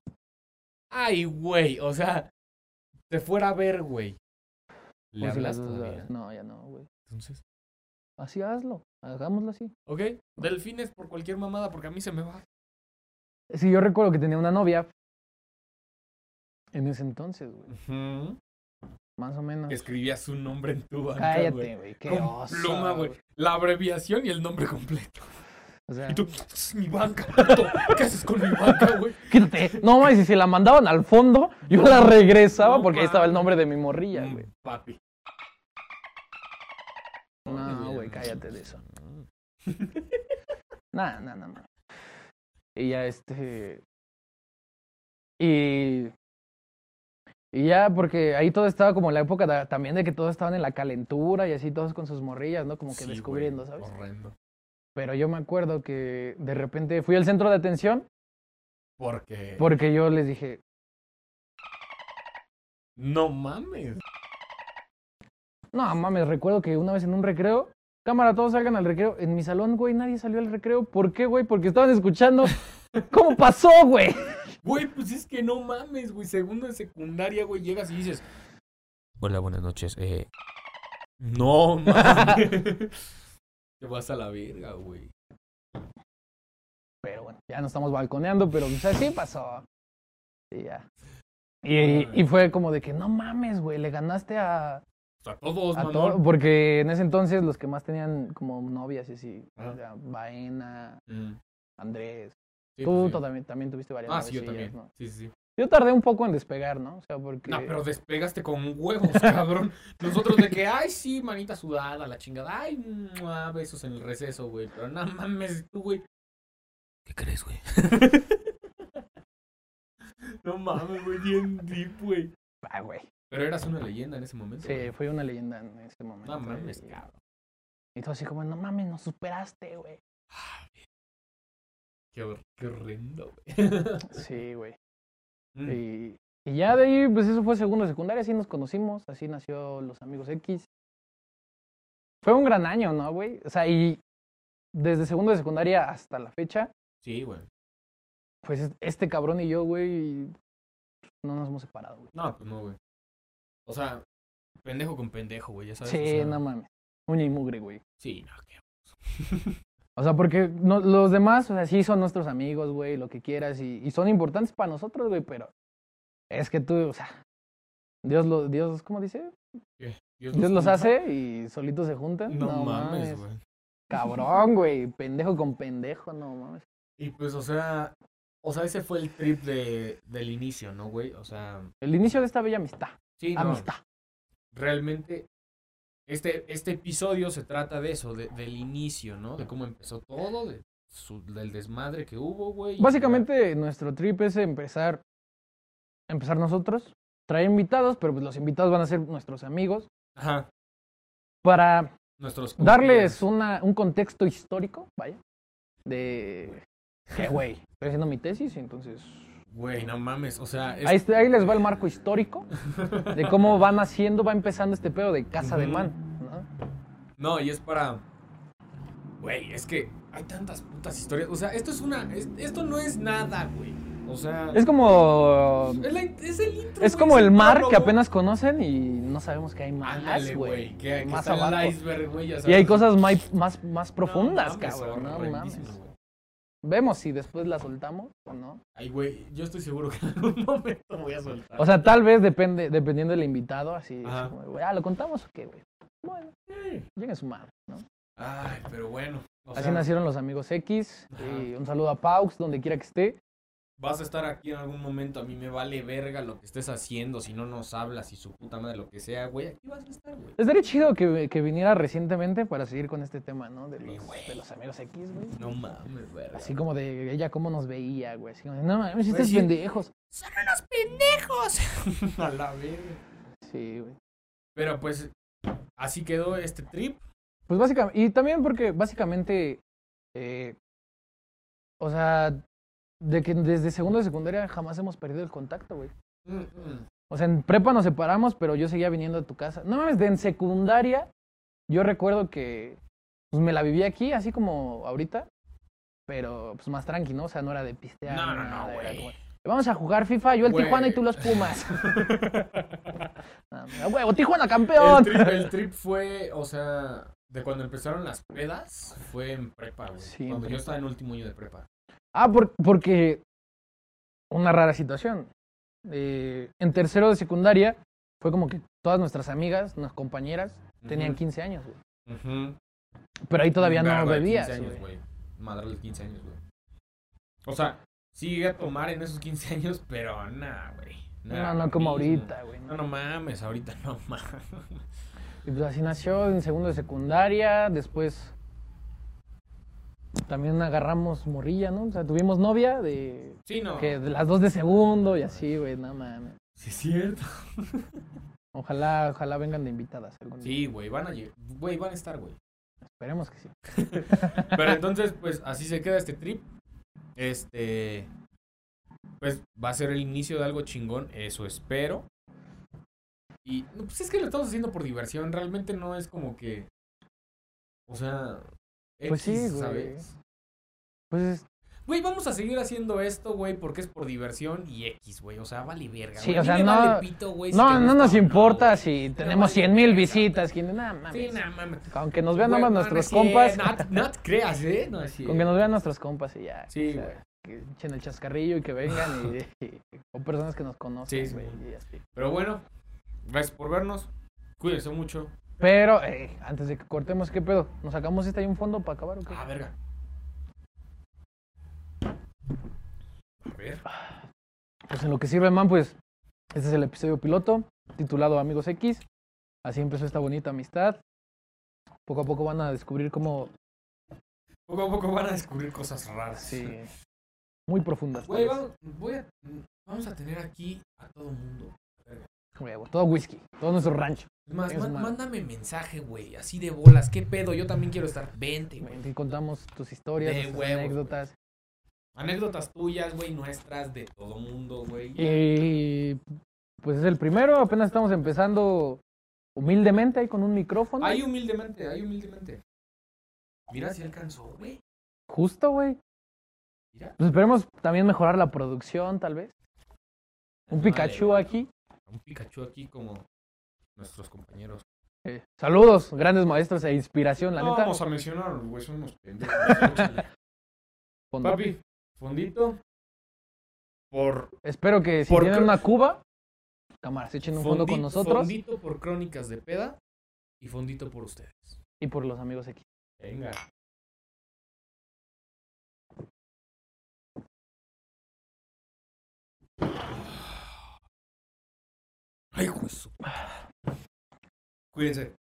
Speaker 1: Ay, güey. O sea, te fuera a ver, güey. Le
Speaker 2: Por si
Speaker 1: hablas
Speaker 2: las dudas.
Speaker 1: todavía.
Speaker 2: No, ya no, güey.
Speaker 1: Entonces.
Speaker 2: Así hazlo. Hagámoslo así.
Speaker 1: Ok. Delfines por cualquier mamada, porque a mí se me va.
Speaker 2: Sí, yo recuerdo que tenía una novia. En ese entonces, güey. Más o menos.
Speaker 1: Escribía su nombre en tu banca, güey.
Speaker 2: Cállate, güey. Qué
Speaker 1: Con
Speaker 2: oso.
Speaker 1: pluma, güey. La abreviación y el nombre completo.
Speaker 2: O sea,
Speaker 1: Y tú, "Es mi banca, puto. ¿Qué haces con mi banca, güey?
Speaker 2: quítate. No mames, y si la mandaban al fondo, yo la regresaba
Speaker 1: No
Speaker 2: porque ahí estaba el
Speaker 1: mames.
Speaker 2: nombre de mi morrilla,
Speaker 1: Mm,
Speaker 2: güey.
Speaker 1: Papi.
Speaker 2: No, güey, cállate de eso. Nada, nada, nada. Y ya este. Y. Y ya, porque ahí todo estaba como en la época da- también de que todos estaban en la calentura y así todos con sus morrillas, ¿no? Como que
Speaker 1: Sí, güey, Oh.
Speaker 2: descubriendo, ¿sabes?
Speaker 1: Horrendo.
Speaker 2: Pero yo me acuerdo que de repente fui al centro de atención
Speaker 1: Porque.
Speaker 2: porque yo les dije,
Speaker 1: No mames.
Speaker 2: no mames, recuerdo que una vez en un recreo, cámara, todos salgan al recreo. En mi salón, güey, nadie salió al recreo. ¿Por qué, güey? Porque estaban escuchando. ¿Cómo pasó, güey?
Speaker 1: Güey, pues es que no mames, güey. Segundo de secundaria, güey, llegas y dices. Hola, buenas noches. Eh. No mames. Te vas a la verga, güey.
Speaker 2: Pero bueno, ya no estamos balconeando, pero pues así pasó. Y ya. Y, y fue como de que, no mames, güey, le ganaste a,
Speaker 1: O sea, todos,
Speaker 2: a
Speaker 1: mamón.
Speaker 2: todo. Porque en ese entonces los que más tenían como novias y así,
Speaker 1: Ajá.
Speaker 2: o sea, Baena,
Speaker 1: Mm.
Speaker 2: Andrés.
Speaker 1: Sí,
Speaker 2: Tú
Speaker 1: pues sí.
Speaker 2: también, también tuviste varias
Speaker 1: Ah, sí, yo
Speaker 2: noviecillas,
Speaker 1: también.
Speaker 2: ¿no?
Speaker 1: Sí, sí, sí.
Speaker 2: Yo tardé un poco en despegar, ¿no? O sea, porque...
Speaker 1: No, pero despegaste con huevos, cabrón. Nosotros de que, ay, sí, manita sudada, la chingada. Ay, mua, besos en el receso, güey. Pero no mames, tú, güey. ¿Qué crees, güey? no mames, güey, bien deep, güey.
Speaker 2: Ah, güey.
Speaker 1: Pero eras una leyenda en ese momento.
Speaker 2: Sí,
Speaker 1: güey.
Speaker 2: fue una leyenda en ese momento.
Speaker 1: No mames,
Speaker 2: y-
Speaker 1: cabrón.
Speaker 2: Y todo así como, no mames, nos superaste, güey.
Speaker 1: Qué, hor- qué horrendo, güey.
Speaker 2: Sí, güey.
Speaker 1: Mm.
Speaker 2: Y, y ya de ahí, pues eso fue segundo de secundaria, así nos conocimos, así nació Los Amigos X. Fue un gran año, ¿no, güey? O sea, y desde segundo de secundaria hasta la fecha,
Speaker 1: Sí, güey.
Speaker 2: pues es- este cabrón y yo, güey, no nos hemos separado, güey.
Speaker 1: No, pues no, güey. O sea, pendejo con pendejo, güey, ya sabes. o
Speaker 2: Sí,
Speaker 1: sea,
Speaker 2: no mames. Uña y mugre, güey.
Speaker 1: Sí, no, qué.
Speaker 2: O sea, porque no- los demás, o sea, sí son nuestros amigos, güey, lo que quieras, y, y son importantes para nosotros, güey, pero es que tú, o sea, Dios, lo, Dios ¿cómo dice? Dios los
Speaker 1: junta.
Speaker 2: hace y solitos se juntan.
Speaker 1: No, mames, güey.
Speaker 2: Cabrón, güey. Pendejo con pendejo, no mames.
Speaker 1: Y pues, o sea, o sea, ese fue el trip de, del inicio, ¿no, güey? O sea,
Speaker 2: El inicio de esta bella amistad.
Speaker 1: sí, no,
Speaker 2: amistad.
Speaker 1: realmente este, este episodio se trata de eso, de- del inicio, ¿no? De cómo empezó todo, de su- del desmadre que hubo, güey. y
Speaker 2: Básicamente, nuestro trip es empezar. Empezar nosotros. Traer invitados, pero pues los invitados van a ser nuestros amigos.
Speaker 1: ya- Ajá,
Speaker 2: Para
Speaker 1: nuestros...
Speaker 2: darles una, un contexto histórico, vaya. De. Que, güey. Estoy haciendo mi tesis, entonces.
Speaker 1: Güey, no mames, o sea... es-
Speaker 2: Ahí, está- ahí les va el marco histórico de cómo van haciendo, va empezando este pedo de casa de
Speaker 1: Ujú.
Speaker 2: man. ¿no?
Speaker 1: No, y es para... Güey, es que hay tantas putas historias. O sea, esto es una... es- esto no es nada, güey. O sea...
Speaker 2: Es como.
Speaker 1: es la- es el intro,
Speaker 2: Es
Speaker 1: güey,
Speaker 2: como el mar que
Speaker 1: prólogo.
Speaker 2: apenas conocen y no sabemos que hay más,
Speaker 1: Ándale,
Speaker 2: güey.
Speaker 1: güey. Que, que
Speaker 2: Más
Speaker 1: está el
Speaker 2: abajo.
Speaker 1: iceberg, güey. ya
Speaker 2: Y hay
Speaker 1: sabes.
Speaker 2: cosas más, más, más
Speaker 1: No pues,
Speaker 2: profundas,
Speaker 1: mames,
Speaker 2: cabrón. No mames.
Speaker 1: horrendísimo, güey.
Speaker 2: Vemos si después la soltamos o no.
Speaker 1: Ay, güey, yo estoy seguro que en algún momento voy a soltar.
Speaker 2: O sea, tal vez depende, dependiendo del invitado, así,
Speaker 1: Ajá.
Speaker 2: así como, güey, ah, ¿lo contamos o qué, güey? Bueno,
Speaker 1: Sí.
Speaker 2: lleguen su madre, ¿no?
Speaker 1: Ay, pero bueno. O
Speaker 2: así
Speaker 1: sea,
Speaker 2: nacieron los amigos X.
Speaker 1: Ajá.
Speaker 2: Y un saludo a Paux, donde quiera que esté.
Speaker 1: vas a estar aquí en algún momento. A mí me vale verga lo que estés haciendo. Si no nos hablas y su puta madre, lo que sea, güey. Aquí vas a estar, güey.
Speaker 2: Estaría chido que, que viniera recientemente para seguir con este tema, ¿no? De
Speaker 1: Sí,
Speaker 2: los,
Speaker 1: güey.
Speaker 2: de los amigos X, güey.
Speaker 1: No mames, verga.
Speaker 2: Así como de ella, cómo nos veía, güey. Así como, de, no mames,
Speaker 1: Güey,
Speaker 2: estos
Speaker 1: Pues sí.
Speaker 2: pendejos.
Speaker 1: ¡Son unos pendejos! a la verga.
Speaker 2: Sí, güey.
Speaker 1: Pero pues así quedó este trip.
Speaker 2: Pues básicamente, y también porque básicamente, eh, o sea, de que desde segundo de secundaria jamás hemos perdido el contacto, güey.
Speaker 1: Mm,
Speaker 2: O sea, en prepa nos separamos, pero yo seguía viniendo a tu casa. No mames, de en secundaria, yo recuerdo que pues, me la vivía aquí, así como ahorita, pero pues más tranqui, ¿no? O sea, no era de pistear.
Speaker 1: No,
Speaker 2: ni
Speaker 1: no, no,
Speaker 2: nada, era
Speaker 1: güey.
Speaker 2: como, Vamos a jugar FIFA, yo el
Speaker 1: Güey.
Speaker 2: Tijuana y tú los Pumas. No, güey, o Tijuana
Speaker 1: El
Speaker 2: campeón.
Speaker 1: trip, el trip fue, o sea, de cuando empezaron las pedas, fue en prepa, güey.
Speaker 2: Sí, en
Speaker 1: cuando yo
Speaker 2: prepa.
Speaker 1: estaba en último año de prepa.
Speaker 2: Ah, por- porque una rara situación. Eh, en tercero de secundaria fue como que todas nuestras amigas, nuestras compañeras, tenían
Speaker 1: Ujú,
Speaker 2: 15 años, güey.
Speaker 1: ujú.
Speaker 2: Pero ahí todavía no
Speaker 1: Verga de
Speaker 2: bebías,
Speaker 1: 15 años,
Speaker 2: güey.
Speaker 1: güey. Madre de 15 años, güey. O sea, sí llegué a tomar en esos 15 años, pero nada, güey. No era
Speaker 2: No,
Speaker 1: lo
Speaker 2: no como
Speaker 1: mismo.
Speaker 2: ahorita, güey.
Speaker 1: No, no mames, ahorita no mames.
Speaker 2: Y pues así nació en segundo de secundaria, después también agarramos morrilla, ¿no? O sea, tuvimos novia de,
Speaker 1: Sí, no.
Speaker 2: que de las dos de segundo y así, güey, no mames.
Speaker 1: Sí, es cierto.
Speaker 2: Ojalá, ojalá vengan de invitadas algún día.
Speaker 1: Sí, güey, van a llegar. Güey, van a estar, güey.
Speaker 2: Esperemos que sí.
Speaker 1: Pero entonces, pues así se queda este trip. Este. Pues va a ser el inicio de algo chingón, eso espero. Y no, pues es que lo estamos haciendo por diversión, realmente no es como que. O sea.
Speaker 2: Pues sí,
Speaker 1: X,
Speaker 2: güey.
Speaker 1: ¿sabes?
Speaker 2: Pues
Speaker 1: Güey, vamos a seguir haciendo esto, güey, porque es por diversión y X, güey. O sea, vale verga.
Speaker 2: Sí,
Speaker 1: güey.
Speaker 2: o
Speaker 1: A mí
Speaker 2: sea,
Speaker 1: me
Speaker 2: no-
Speaker 1: vale pito, güey, si te
Speaker 2: no, no
Speaker 1: gusta
Speaker 2: nos
Speaker 1: o
Speaker 2: importa
Speaker 1: güey.
Speaker 2: si tenemos
Speaker 1: vale
Speaker 2: 100 mil
Speaker 1: verga.
Speaker 2: visitas, que nada mames.
Speaker 1: Sí, nada mames.
Speaker 2: Aunque nos vean
Speaker 1: Güey,
Speaker 2: nada más
Speaker 1: no, no
Speaker 2: nuestros
Speaker 1: es
Speaker 2: compas.
Speaker 1: cierto, No, no te creas, ¿eh? No es
Speaker 2: Con que nos vean nuestros compas y ya.
Speaker 1: Sí,
Speaker 2: o sea,
Speaker 1: güey.
Speaker 2: que echen el chascarrillo y que vengan y, y- o personas que nos conocen,
Speaker 1: Sí,
Speaker 2: güey,
Speaker 1: sí.
Speaker 2: y así.
Speaker 1: Pero bueno, gracias por vernos. Cuídense mucho.
Speaker 2: Pero eh, antes de que cortemos, ¿qué pedo? ¿Nos sacamos este ahí un fondo para acabar o qué?
Speaker 1: Ah, verga. A ver.
Speaker 2: Pues en lo que sirve, man, pues este es el episodio piloto titulado Amigos X. Así empezó esta bonita amistad. Poco a poco van a descubrir cómo
Speaker 1: Poco a poco van a descubrir cosas raras.
Speaker 2: sí, muy profundas. pues. tal
Speaker 1: Güey,
Speaker 2: vez.
Speaker 1: vamos, voy a- vamos a tener aquí a todo mundo.
Speaker 2: Huevo, todo whisky, todo nuestro rancho.
Speaker 1: Es más,
Speaker 2: Es
Speaker 1: man-
Speaker 2: más.
Speaker 1: mándame mensaje, güey. Así de bolas. ¿Qué pedo? Yo también quiero estar. Vente, güey.
Speaker 2: Y contamos tus historias,
Speaker 1: De
Speaker 2: nuestras
Speaker 1: huevos, güey.
Speaker 2: anécdotas.
Speaker 1: Anécdotas tuyas, güey, nuestras, de todo mundo, güey.
Speaker 2: Y pues es el primero, apenas estamos empezando humildemente ahí con un micrófono.
Speaker 1: Ahí humildemente, ahí humildemente. Mira si alcanzó, güey.
Speaker 2: Justo, güey.
Speaker 1: Mira.
Speaker 2: Pues esperemos también mejorar la producción, tal vez. Un
Speaker 1: Vale,
Speaker 2: Pikachu
Speaker 1: güey.
Speaker 2: aquí.
Speaker 1: Un Pikachu aquí como nuestros compañeros.
Speaker 2: Eh, saludos, grandes maestros e inspiración, la
Speaker 1: no
Speaker 2: neta.
Speaker 1: vamos a mencionar, güey, son unos pendejos. échale.
Speaker 2: Fondo.
Speaker 1: Papi, fondito. Por
Speaker 2: Espero que si
Speaker 1: Por
Speaker 2: tienen
Speaker 1: cr-
Speaker 2: una cuba, cámaras, echen un fondo
Speaker 1: fondi-
Speaker 2: con nosotros
Speaker 1: Fondito por crónicas de peda y fondito por ustedes.
Speaker 2: y por los amigos aquí.
Speaker 1: Venga. Ay, juez. Cuídense.